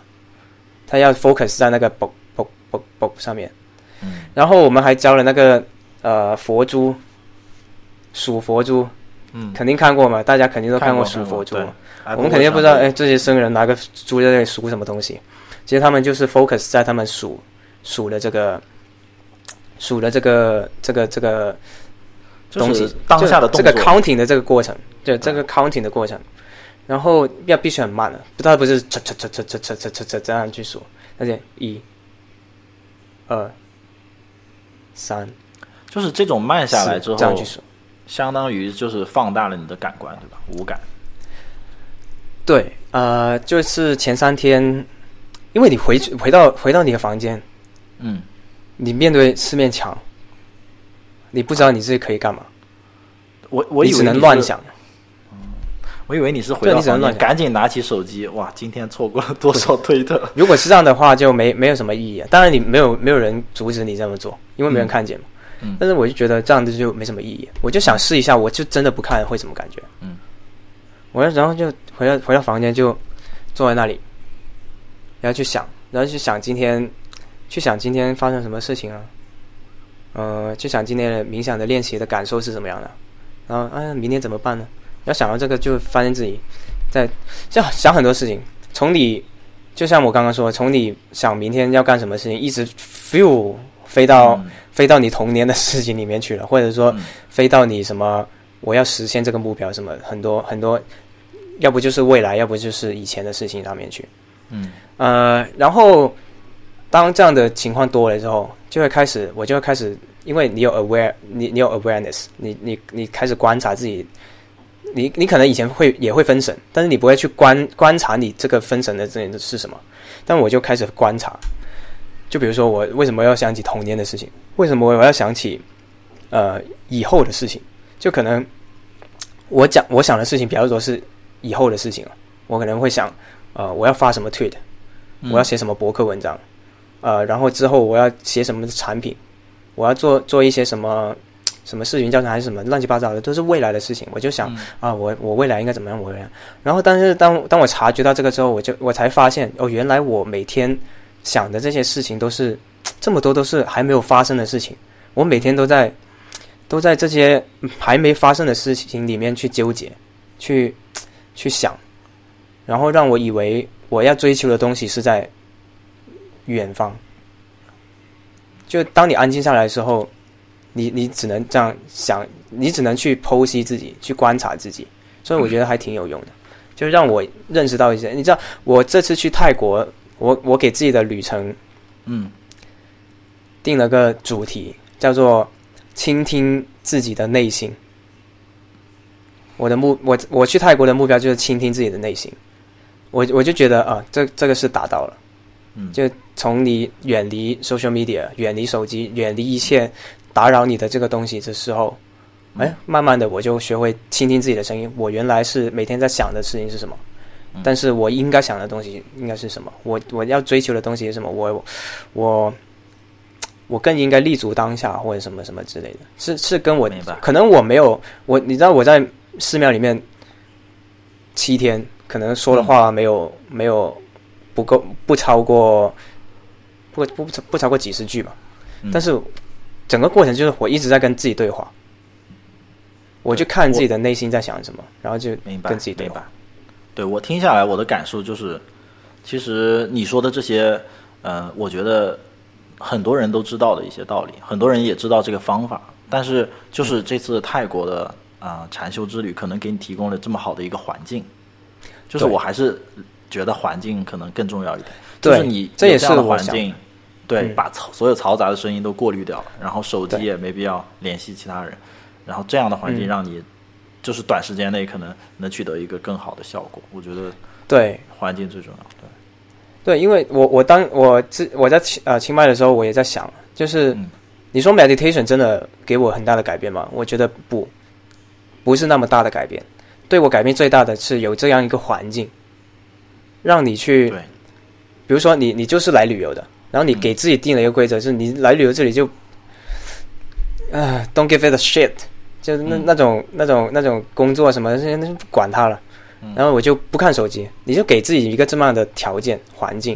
S1: 它要 focus 在那个 bo bo bo bo 上面。
S2: 嗯
S1: 然后我们还教了那个呃佛珠，数佛珠，
S2: 嗯，
S1: 肯定看过嘛，大家肯定都
S2: 看
S1: 过
S2: 过
S1: 数
S2: 看
S1: 佛
S2: 过
S1: 珠
S2: 对
S1: 嘛。
S2: 哎
S1: 我们肯定不知道，
S2: 过
S1: 哎，这些僧人拿个猪在那里数什么东西。其实他们就是 focus 在他们数数的这个数的这个这个这个
S2: 就
S1: 东西
S2: 是，当下的
S1: 这
S2: 动
S1: 个这
S2: 作。
S1: 个 counting 的这个过程，对这个 counting 的过程，然后要必须很慢的，不它不是唰唰唰唰唰唰唰唰唰这样去数，而且一、二、三，
S2: 就是这种慢下来
S1: 四
S2: 之后
S1: 这，样去数。
S2: 相当于就是放大了你的感官，对吧？五感。
S1: 对，呃，就是前三天，因为你回去回到回到你的房间，
S2: 嗯，
S1: 你面对四面墙，你不知道你自己可以干嘛，
S2: 我我以
S1: 你
S2: 为
S1: 只能
S2: 你是
S1: 乱，想。
S2: 我以为你是回
S1: 对
S2: 到
S1: 你只能
S2: 房
S1: 乱
S2: 间，
S1: 想
S2: 赶紧拿起手机，哇，今天错过了多少推特？
S1: 如果是这样的话，就没没有什么意义、啊。当然，你没有没有人阻止你这么做，因为没人看见嘛。
S2: 嗯
S1: [laughs] 但是我就觉得这样子就没什么意义，我就想试一下，我就真的不看会什么感觉。
S2: 嗯，
S1: 我然后就回到回到房间就坐在那里，然后去想，然后去想今天，去想今天发生什么事情啊，呃，嗯去想今天的冥想的练习的感受是怎么样的，然后哎，明天怎么办呢？然后想到这个，就发现自己在就想很多事情，从你就像我刚刚说，从你想明天要干什么事情，一直 feel 飞到、
S2: 嗯
S1: 飞到你童年的事情里面去了，或者说
S2: 嗯
S1: 飞到你什么我要实现这个目标什么很多很多，要不就是未来，要不就是以前的事情上面去。
S2: 嗯
S1: 呃，然后当这样的情况多了之后，就会开始，我就会开始，因为你有 aware，你你有 awareness，你你你开始观察自己，你你可能以前会也会分神，但是你不会去观观察你这个分神的这是什么，但我就开始观察，就比如说我为什么要想起童年的事情，为什么我要想起呃以后的事情，就可能我讲我想的事情比较多是以后的事情了，我可能会想呃我要发什么 tweet。
S2: 嗯
S1: 我要写什么博客文章，呃，然后之后我要写什么产品，我要做做一些什么什么视频教程还是什么乱七八糟的，都是未来的事情。我就想、
S2: 嗯
S1: 啊，我我未来应该怎么样，我未来。然后，但是当当我察觉到这个之后，我就我才发现哦，原来我每天想的这些事情都是这么多都是还没有发生的事情，我每天都在都在这些还没发生的事情里面去纠结，去去想，然后让我以为我要追求的东西是在远方。就当你安静下来的时候，你你只能这样想，你只能去剖析自己，去观察自己，所以我觉得还挺有用的，就让我认识到一些。你知道，我这次去泰国，我我给自己的旅程
S2: 嗯
S1: 定了个主题，叫做“倾听自己的内心”。我的目，我我去泰国的目标就是倾听自己的内心。我我就觉得啊，这这个是达到了。
S2: 嗯，
S1: 就从你远离 social media、远离手机、远离一切打扰你的这个东西的时候，哎，慢慢的我就学会倾听自己的声音。我原来是每天在想的事情是什么，
S2: 嗯
S1: 但是我应该想的东西应该是什么？我我要追求的东西是什么？我我我更应该立足当下或者什么什么之类的，是是跟我
S2: 明白
S1: 可能我没有我你知道我在寺庙里面七天，可能说的话没有、没有不够不超过不不不不超过几十句吧，
S2: 嗯
S1: 但是整个过程就是我一直在跟自己对话，我就看自己的内心在想什么，然后就
S2: 明白，
S1: 跟自己对
S2: 明白
S1: 话。。
S2: 对我听下来，我的感受就是，其实你说的这些，呃，我觉得很多人都知道的一些道理，很多人也知道这个方法，但是就是这次泰国的啊、呃禅修之旅，可能给你提供了这么好的一个环境，就是
S1: 对
S2: 我还是觉得环境可能更重要一点，
S1: 对
S2: 就是你
S1: 这
S2: 有
S1: 也
S2: 样的
S1: 是我
S2: 环
S1: 想
S2: 境。对，
S1: 嗯
S2: 把嘈所有嘈杂的声音都过滤掉，然后手机
S1: 对
S2: 也没必要联系其他人，然后这样的环境
S1: 嗯
S2: 让你就是短时间内可能能取得一个更好的效果。我觉得
S1: 对
S2: 环境最重要。对，
S1: 对，因为我我当我自我在清呃清迈的时候，我也在想，就是、
S2: 嗯
S1: 你说 meditation 真的给我很大的改变吗？我觉得不，不是那么大的改变。对我改变最大的是有这样一个环境，让你去
S2: 对，
S1: 比如说你你就是来旅游的，然后你给自己定了一个规
S2: 嗯
S1: 则，是你来旅游这里就，啊、d o n t give it a shit，就是那、
S2: 嗯
S1: 那种那种那种工作什么，那那不管它
S2: 嗯
S1: 了。然后我就不看手机，你就给自己一个这么样的条件环境，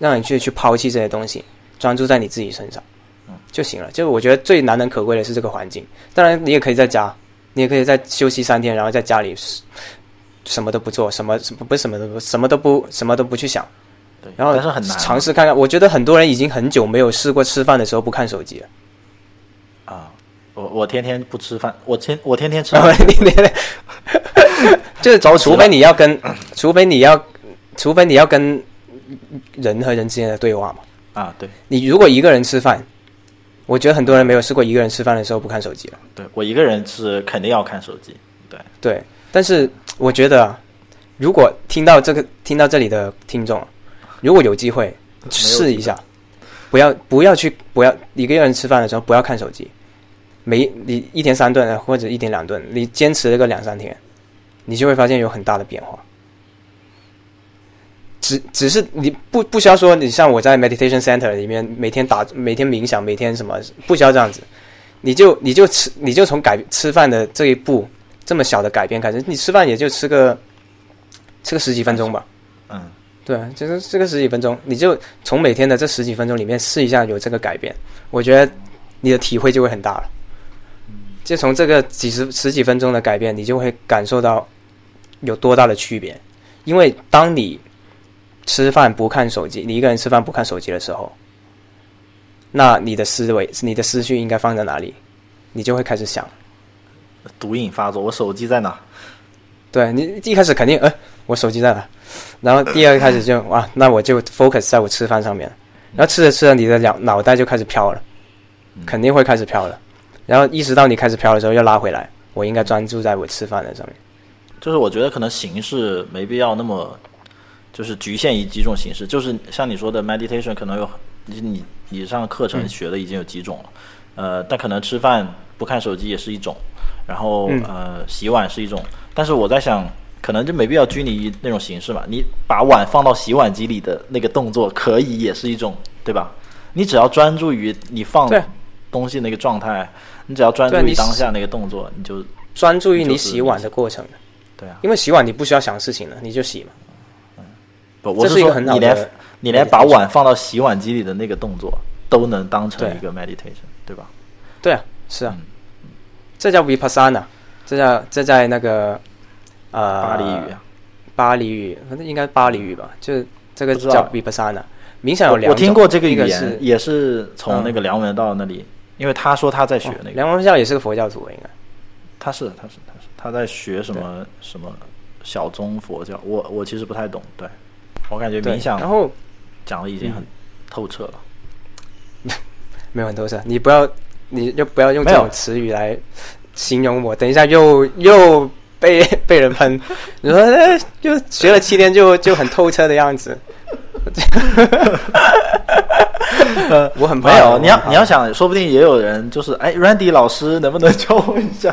S1: 让你去去抛弃这些东西，专注在你自己身上
S2: 嗯
S1: 就行了。就是我觉得最难能可贵的是这个环境。当然，你也可以在家，你也可以在休息三天，然后在家里什么都不做，什么什么不是什么都不什么都不什么都不去想，
S2: 对，
S1: 然后
S2: 但是很难啊
S1: 尝试看看。我觉得很多人已经很久没有试过吃饭的时候不看手机了，
S2: 啊我我天天不吃饭，我天我天天吃
S1: 然后你你 [laughs] 就是除除非你要跟，除非你要，除非你要跟人和人之间的对话嘛。
S2: 啊，对
S1: 你如果一个人吃饭，我觉得很多人没有试过一个人吃饭的时候不看手机了。
S2: 对，我一个人是肯定要看手机，对，
S1: 对，但是我觉得啊，如果听到这个听到这里的听众啊，如果有机会试一下，不要不要去不要一个人吃饭的时候不要看手机，每你一天三顿啊或者一天两顿，你坚持了个两三天，你就会发现有很大的变化。只只是你不不需要说你像我在 meditation center 里面每天打每天冥想每天什么不需要这样子，你就你就吃你就从改吃饭的这一步这么小的改变开始，你吃饭也就吃个吃个十几分钟吧，
S2: 嗯，
S1: 对，就是这个十几分钟，你就从每天的这十几分钟里面试一下有这个改变，我觉得你的体会就会很大了。就从这个几十十几分钟的改变，你就会感受到有多大的区别。因为当你吃饭不看手机，你一个人吃饭不看手机的时候，那你的思维、你的思绪应该放在哪里，你就会开始想。
S2: 毒瘾发作，我手机在哪？
S1: 对你一开始肯定，哎，我手机在哪？然后第二个开始
S2: [laughs]
S1: 就哇，那我就 focus 在我吃饭上面，然后吃着吃着，你的脑脑袋就开始飘了，
S2: 嗯
S1: 肯定会开始飘了。然后意识到你开始飘的时候，又拉回来，我应该专注在我吃饭的上面。
S2: 就是我觉得可能形式没必要那么，就是局限于几种形式，就是像你说的 meditation 可能有你你你上课
S1: 嗯
S2: 程学的已经有几种了，呃，但可能吃饭不看手机也是一种，然后、
S1: 嗯
S2: 呃洗碗是一种，但是我在想。可能就没必要拘泥于那种形式嘛，你把碗放到洗碗机里的那个动作，可以也是一种，对吧？你只要专注于你放
S1: 对
S2: 东西那个状态，你只要专注
S1: 对
S2: 于
S1: 你
S2: 当下那个动作，你就
S1: 专注于你洗碗的过程，
S2: 对啊。
S1: 因为洗碗你不需要想事情了，你就洗嘛。
S2: 不，我
S1: 这是一个
S2: 说
S1: 很好
S2: 你
S1: 的
S2: 连你连把
S1: meditation
S2: 碗放到洗碗机里的那个动作都能当成
S1: 对
S2: 一个 meditation，对吧？
S1: 对啊，是啊，
S2: 嗯
S1: 这叫 vipassana，这叫这在那个呃
S2: 巴黎语啊，
S1: 巴黎语，反正应该巴黎语吧，就这个
S2: 不知道
S1: 叫 vipassana。冥想有
S2: 我
S1: 两种，
S2: 我听过这个
S1: 一
S2: 语
S1: 个
S2: 言，
S1: 是嗯
S2: 也是从那个梁文道那里，因为他说他在学那个，
S1: 哦梁王笑也是个佛教徒，啊应该
S2: 他是他是他是他在学什么什么小宗佛教，我我其实不太懂，对我感觉
S1: 对
S2: 冥想
S1: 然后嗯
S2: 讲的已经很透彻了，
S1: 没有很多事，你不要，你就不要用这
S2: 没
S1: 种
S2: 有
S1: 词语来形容我，等一下又又被 [laughs] 被人喷，你说、哎就学了七天就就很透彻的样
S2: [laughs]
S1: 子， [laughs] 我很怕
S2: 呃
S1: 我
S2: 没有，
S1: 很
S2: 你要
S1: 怕
S2: 你要想，说不定也有人就是哎，Randy 老师能不 [laughs] 能教我一下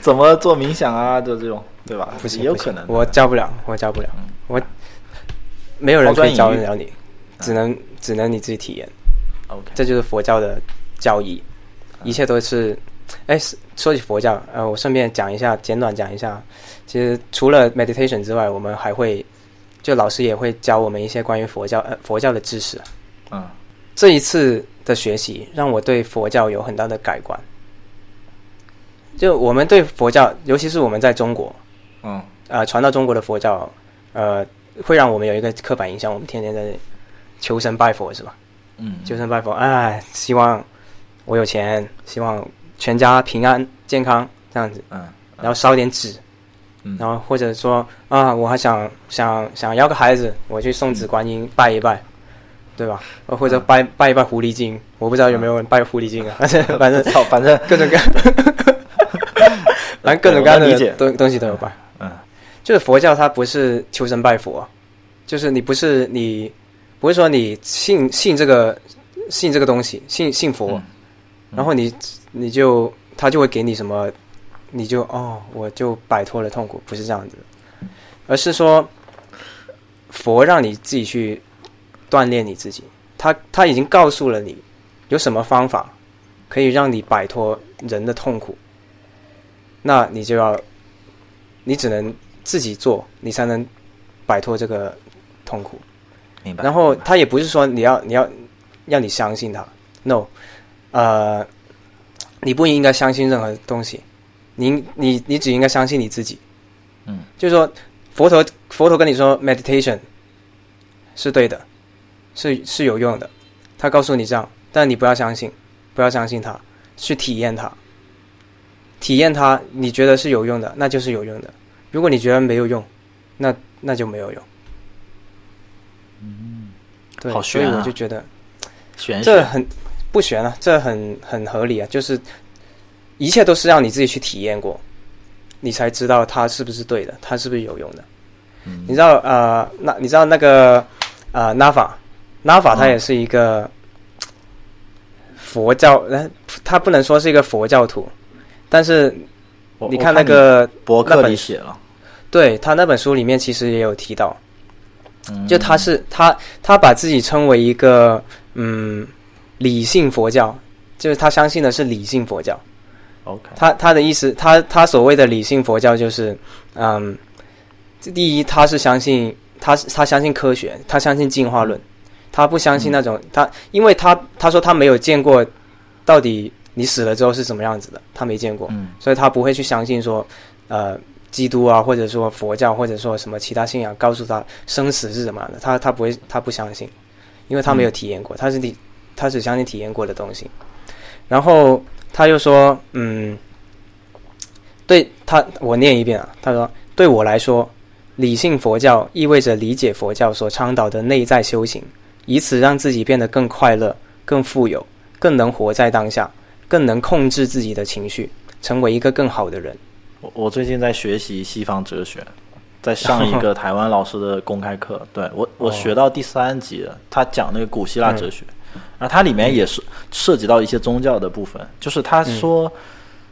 S2: 怎么做冥想啊？就这种，对吧？
S1: 不行，
S2: 也有
S1: 不行嗯
S2: 可能的。
S1: 我教不了，我教不了，我没有人
S2: 抛砖
S1: 可以教
S2: 引
S1: 得
S2: 玉
S1: 了你，只
S2: 嗯
S1: 能只能你自己体验。
S2: OK，
S1: 这就是佛教的教义，
S2: 嗯
S1: 一切都是。哎，是说起佛教，呃，我顺便讲一下，简短讲一下。其实除了 meditation 之外，我们还会，就老师也会教我们一些关于佛教呃佛教的知识。
S2: 嗯
S1: 这一次的学习让我对佛教有很大的改观。就我们对佛教，尤其是我们在中国，
S2: 嗯
S1: 啊，传到中国的佛教，呃，会让我们有一个刻板印象，我们天天在那里求神拜佛是吧？
S2: 嗯，
S1: 求神拜佛，哎，希望我有钱，希望全家平安健康这样子，
S2: 嗯
S1: 然后烧点纸，
S2: 嗯
S1: 然后或者说啊，我还想想想要个孩子，我去送子观音拜一拜，对吧？呃或者拜拜一拜狐狸精，我不知道有没有人拜狐狸精啊， [laughs] 反正
S2: 好，反正
S1: 各种各， [laughs] 反正各种各样
S2: 我能理解
S1: 的东东西都有拜。
S2: 嗯
S1: 就是佛教它不是求神拜佛，啊就是你不是你不是说你信信这个信这个东西信信佛，啊
S2: 嗯
S1: 然后你你就他就会给你什么，你就哦我就摆脱了痛苦，不是这样子的，而是说佛让你自己去锻炼你自己，他他已经告诉了你有什么方法可以让你摆脱人的痛苦，那你就要你只能自己做，你才能摆脱这个痛苦。
S2: 明白。
S1: 然后
S2: 明白
S1: 他也不是说你要你要要你相信他，no，呃，你不应该相信任何东西，你你你只应该相信你自己。
S2: 嗯，
S1: 就是说佛陀佛陀跟你说 meditation 是对的，是是有用的，他告诉你这样，但你不要相信，不要相信他，去体验它，体验它，你觉得是有用的，那就是有用的；如果你觉得没有用，那那就没有用。
S2: 嗯，
S1: 对，
S2: 好
S1: 所以
S2: 悬啊
S1: 我就觉得
S2: 玄
S1: 这
S2: 学，
S1: 很不悬啊，这很很合理啊，就是一切都是让你自己去体验过，你才知道它是不是对的，它是不是有用的。
S2: 嗯
S1: 你知道呃，那你知道那个呃，Nava，Nava 它
S2: 嗯
S1: 也是一个佛教，呃它不能说是一个佛教徒，但是
S2: 我
S1: 你
S2: 我
S1: 看
S2: 看
S1: 那个
S2: 博
S1: 那
S2: 客
S1: 本
S2: 里写了，
S1: 对他那本书里面其实也有提到，
S2: 嗯
S1: 就他是他他把自己称为一个嗯理性佛教，就是他相信的是理性佛教。
S2: OK，
S1: 他他的意思，他他所谓的理性佛教就是，嗯，这第一他是相信他是他相信科学，他相信进化论，他不相信那种、他，因为他他说他没有见过到底你死了之后是什么样子的，他没见过，
S2: 嗯
S1: 所以他不会去相信说，呃，基督啊，或者说佛教，或者说什么其他信仰告诉他生死是什么样的，他他不会，他不相信，因为他没有体验过，他是体，他只相信体验过的东西。然后他又说，嗯，对他，我念一遍啊，他说，对我来说，理性佛教意味着理解佛教所倡导的内在修行，以此让自己变得更快乐、更富有、更能活在当下、更能控制自己的情绪。成为一个更好的人。
S2: 我我最近在学习西方哲学，在上一个台湾老师的公开课，对我我
S1: 哦
S2: 学到第三集了，他讲那个古希腊
S1: 嗯
S2: 哲学，然后它里面也是涉及到一些宗教的部分，就是他说。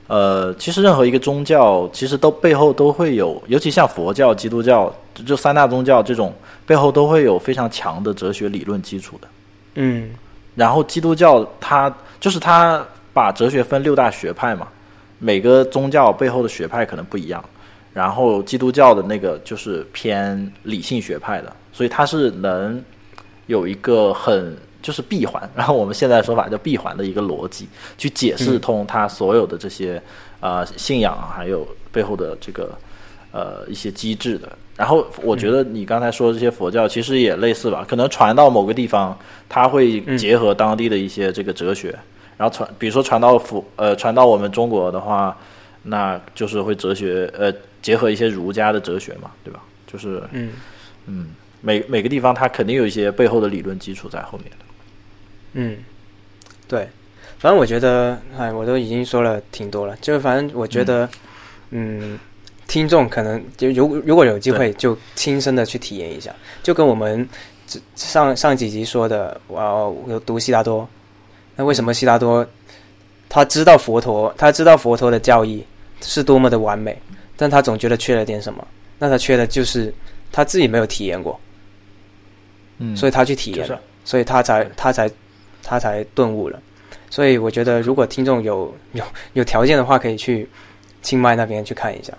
S2: 呃，其实任何一个宗教，其实都背后都会有，尤其像佛教、基督教，就就三大宗教这种，背后都会有非常强的哲学理论基础的。
S1: 嗯
S2: 然后基督教它就是它把哲学分六大学派嘛，每个宗教背后的学派可能不一样。然后基督教的那个就是偏理性学派的，所以它是能有一个很就是闭环，然后我们现在的说法叫闭环的一个逻辑，去解释通它所有的这些呃信仰啊还有背后的这个呃一些机制的。然后我觉得你刚才说的这些佛教其实也类似吧，可能传到某个地方，它会结合当地的一些这个哲学，然后传，比如说传到佛呃传到我们中国的话，那就是会哲学呃结合一些儒家的哲学嘛，对吧？就是
S1: 嗯
S2: 嗯，每每个地方它肯定有一些背后的理论基础在后面的。
S1: 嗯，对。反正我觉得，哎，我都已经说了挺多了。就反正我觉得，嗯，听众可能就如如果有机会，就亲身的去体验一下，就跟我们这上上几集说的，哇，我读悉达多，那为什么悉达多他知道佛陀，他知道佛陀的教义是多么的完美，但他总觉得缺了点什么？那他缺的就是他自己没有体验过，
S2: 嗯
S1: 所以他去体
S2: 就
S1: 验
S2: 是
S1: 了，所以他才他才他才顿悟了。所以我觉得，如果听众有 [laughs] 有有条件的话，可以去清迈那边去看一下。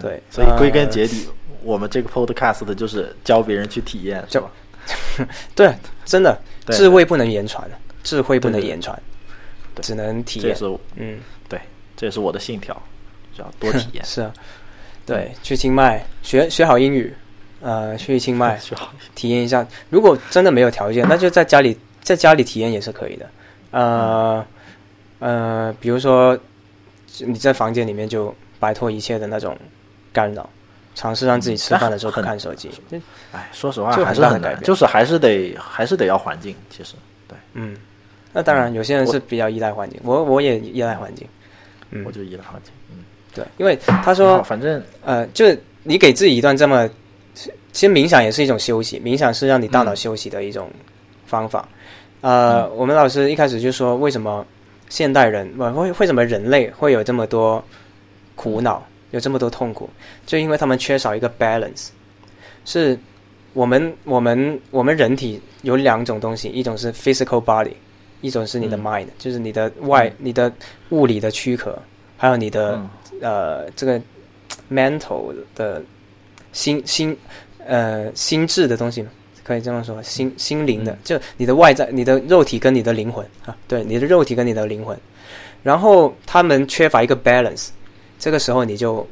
S1: 对，
S2: 所以归根
S1: 呃
S2: 结底，我们这个 podcast 就是教别人去体验，是
S1: 就
S2: 吧？
S1: 呃对，真的
S2: 对
S1: 智慧不能言传，智慧不能
S2: 对对
S1: 言传，
S2: 对
S1: 只能体
S2: 这也
S1: 验。
S2: 是
S1: 嗯，
S2: 对，这也是我的信条，就要
S1: [laughs]
S2: 多体验。嗯
S1: 是啊，对，去清迈学学好英语，呃，去清迈
S2: [laughs] 就好
S1: 体验一下。如果真的没有条件，那就在家里在家里体验也是可以的。呃呃，比如说你在房间里面就摆脱一切的那种干扰，尝试让自己吃饭的时候不看手机。
S2: 哎，说实话
S1: 就很
S2: 还是
S1: 大的
S2: 很
S1: 改
S2: 难，
S1: 变
S2: 就是还是得还是得要环境，其实对，
S1: 嗯，那当然，有些人是比较依赖环境，我我也依赖环境。嗯
S2: 我，就依赖环境。嗯，
S1: 对，因为他
S2: 他
S1: 说
S2: 反正
S1: 呃，就是你给自己一段这么，其实冥想也是一种休息，冥想是让你大
S2: 嗯
S1: 脑休息的一种方法。呃，我们老师一开始就说，为什么现代人不为为什么人类会有这么多苦恼，有这么多痛苦，就因为他们缺少一个 balance，是我们我们我们人体有两种东西，一种是 physical body，一种是你的
S2: 嗯
S1: mind，、就是你的外、你的物理的躯壳，还有你的、
S2: 嗯
S1: 呃这个 mental 的心心呃心智的东西，可以这么说，心心灵的，
S2: 嗯
S1: 就你的外在、你的肉体跟你的灵魂啊，对，你的肉体跟你的灵魂，然后他们缺乏一个 balance，这个时候你就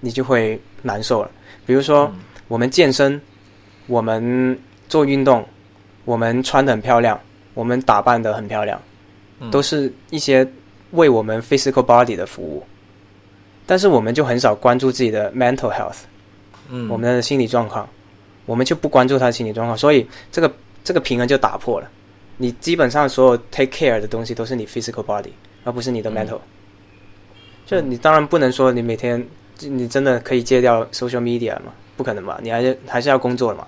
S1: 你就会难受了。比如说、
S2: 嗯
S1: 我们健身，我们做运动，我们穿的很漂亮，我们打扮的很漂亮，
S2: 嗯
S1: 都是一些为我们 physical body 的服务。但是我们就很少关注自己的 mental health，
S3: 嗯，
S1: 我们的心理状况，我们就不关注他的心理状况，所以这个这个平衡就打破了。你基本上所有 take care 的东西都是你 physical body，而不是你的 mental。就你当然不能说你每天你真的可以戒掉 social media 嘛，不可能嘛，你还是还是要工作的嘛。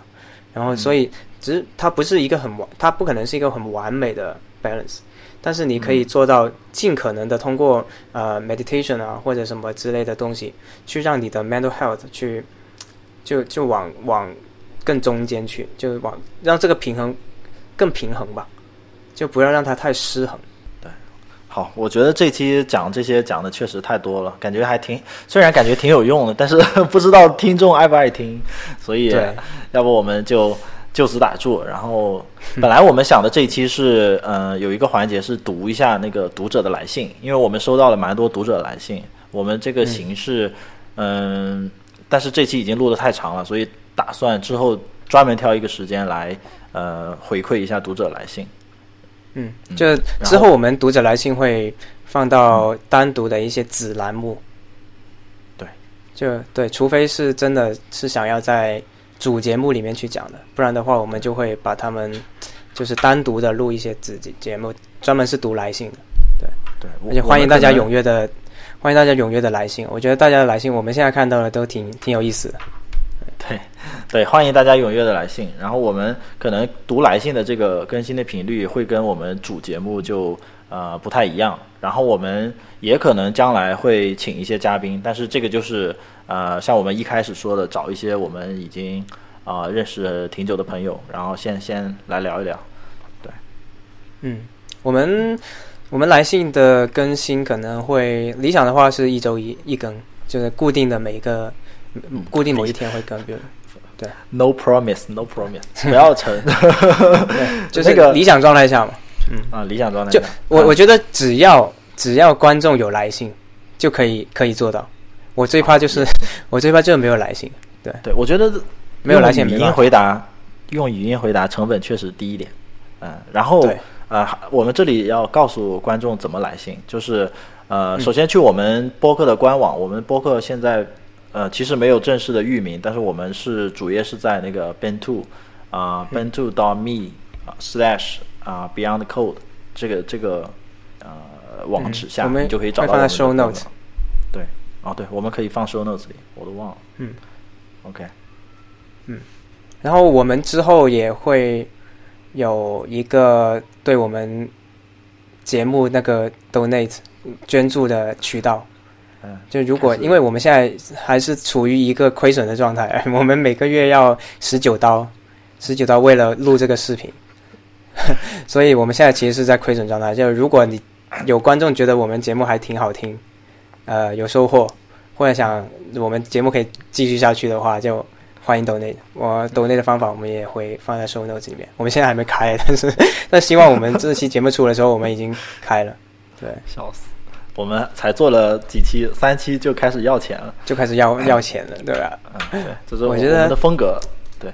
S1: 然后所以只是它不是一个很完，它不可能是一个很完美的 balance，但是你可以做到尽可能的通过呃 meditation 啊或者什么之类的东西，去让你的 mental health 去就就往往更中间去，就往让这个平衡更平衡吧，就不要让它太失衡。
S2: 好，我觉得这期讲这些讲的确实太多了，感觉还挺，虽然感觉挺有用的，但是 [laughs] 不知道听众爱不爱听，所以
S1: 对
S2: 要不我们就就此打住。然后本来我们想的这一期是，呃，有一个环节是读一下那个读者的来信，因为我们收到了蛮多读者的来信，我们这个形式，嗯、但是这期已经录的太长了，所以打算之后专门挑一个时间来，呃，回馈一下读者来信。
S1: 嗯，就
S2: 然
S1: 之
S2: 后
S1: 后我们读者来信会放到单独的一些子栏目。
S2: 对，
S1: 就对，除非是真的是想要在主节目里面去讲的，不然的话，我们就会把他们就是单独的录一些子节节目，专门是读来信的。
S2: 对，我
S1: 而且欢迎大家。
S2: 我们可能
S1: 踊跃的，欢迎大家踊跃的来信。我觉得大家的来信，我们现在看到的都挺挺有意思的。
S2: [laughs] 对，对，欢迎大家踊跃的来信。然后我们可能读来信的这个更新的频率会跟我们主节目就呃不太一样。然后我们也可能将来会请一些嘉宾，但是这个就是呃像我们一开始说的，找一些我们已经啊、呃认识挺久的朋友，然后先先来聊一聊。
S1: 嗯，我们我们来信的更新可能会理想的话是一周一一更，就是固定的每一个
S2: 嗯
S1: 固定某一天会更，比
S2: [laughs]
S1: 如
S2: No promise, no promise，不要 [laughs] 成
S1: 就是
S2: 那个
S1: 理想状态下嘛。
S2: 啊、理想状态
S1: 就
S2: 下。
S1: 我
S2: 嗯
S1: 我觉得只要只要观众有来信，就可以可以做到。我最怕
S2: [laughs]
S1: 就是我最怕就是没有来信，
S2: 对，我觉得
S1: 没有来信
S2: 用
S1: 也
S2: 语
S1: 没办法
S2: 音回答，用语音回答成本确实低一点。嗯，然后
S1: 对
S2: 呃，我们这里要告诉观众怎么来信，就是
S1: 嗯
S2: 呃，首先去我们播客的官网，我们播客现在呃其实没有正式的域名，但是我们是主页是在那个 Ben Two 啊、Ben Two 到 Me 啊 slash 啊 Beyond Code 这个这个呃网址下，
S1: 嗯我们
S2: 你就可以找到
S1: 会放在
S2: 我们的
S1: show
S2: 官网
S1: notes
S2: 对，哦对，我们可以放 show notes 里，我都忘了。
S1: 嗯。
S2: OK，
S1: 然后我们之后也会有一个对我们节目那个 donate 捐助的渠道。
S2: 嗯，
S1: 就如果
S2: 开始
S1: 因为我们现在还是处于一个亏损的状态， [laughs] 我们每个月要十九刀，十九刀为了录这个视频， [laughs] 所以我们现在其实是在亏损状态。就如果你有观众觉得我们节目还挺好听，呃，有收获，或者想我们节目可以继续下去的话，就欢迎 donate。我 donate 的方法我们也会放在 show notes 里面。我们现在还没开， [laughs] 但是但希望我们这期节目出的时候，我们已经开了，对，
S3: 笑死，
S2: 我们才做了几期，三期就开始要钱了。
S1: 就开始要要钱了，对吧？ [laughs]
S2: 嗯，对，这是
S1: 我觉
S2: 我们
S1: 得
S2: 的风格。对，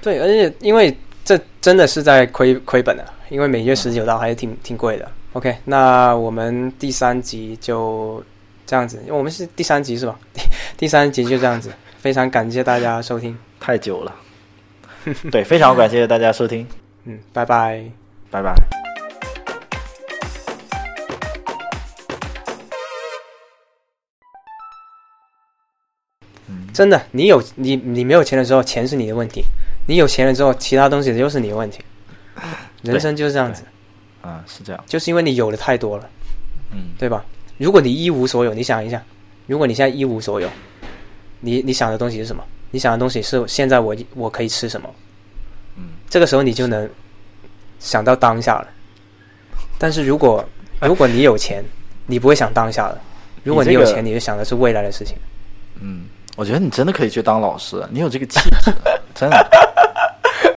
S1: 对，而且因为这真的是在亏亏本的，因为每月十九刀还是挺挺贵的。OK，那我们第三集就这样子，因为我们是第三集是吧？第第三集就这样子，非常感谢大家收听，
S2: 太久
S1: [laughs]
S2: 了。对，非常感谢大家收听，
S1: 嗯，拜拜。
S2: 拜拜。
S1: 真的，你有你你没有钱的时候，钱是你的问题；你有钱了之后，其他东西又是你的问题。人生就是这样子，
S2: 啊，是这样。
S1: 就是因为你有的太多了，
S2: 嗯，
S1: 对吧？如果你一无所有，你想一下，如果你现在一无所有，你你想的东西是什么？你想的东西是现在我我可以吃什么？
S2: 嗯，
S1: 这个时候你就能想到当下了。但是如果如果你有钱，你不会想当下了。如果
S2: 你
S1: 你
S2: 这
S1: 有
S2: 个
S1: 钱，你就想的是未来的事情。 [laughs]
S2: 嗯，我觉得你真的可以去当老师，你有这个气质，真的。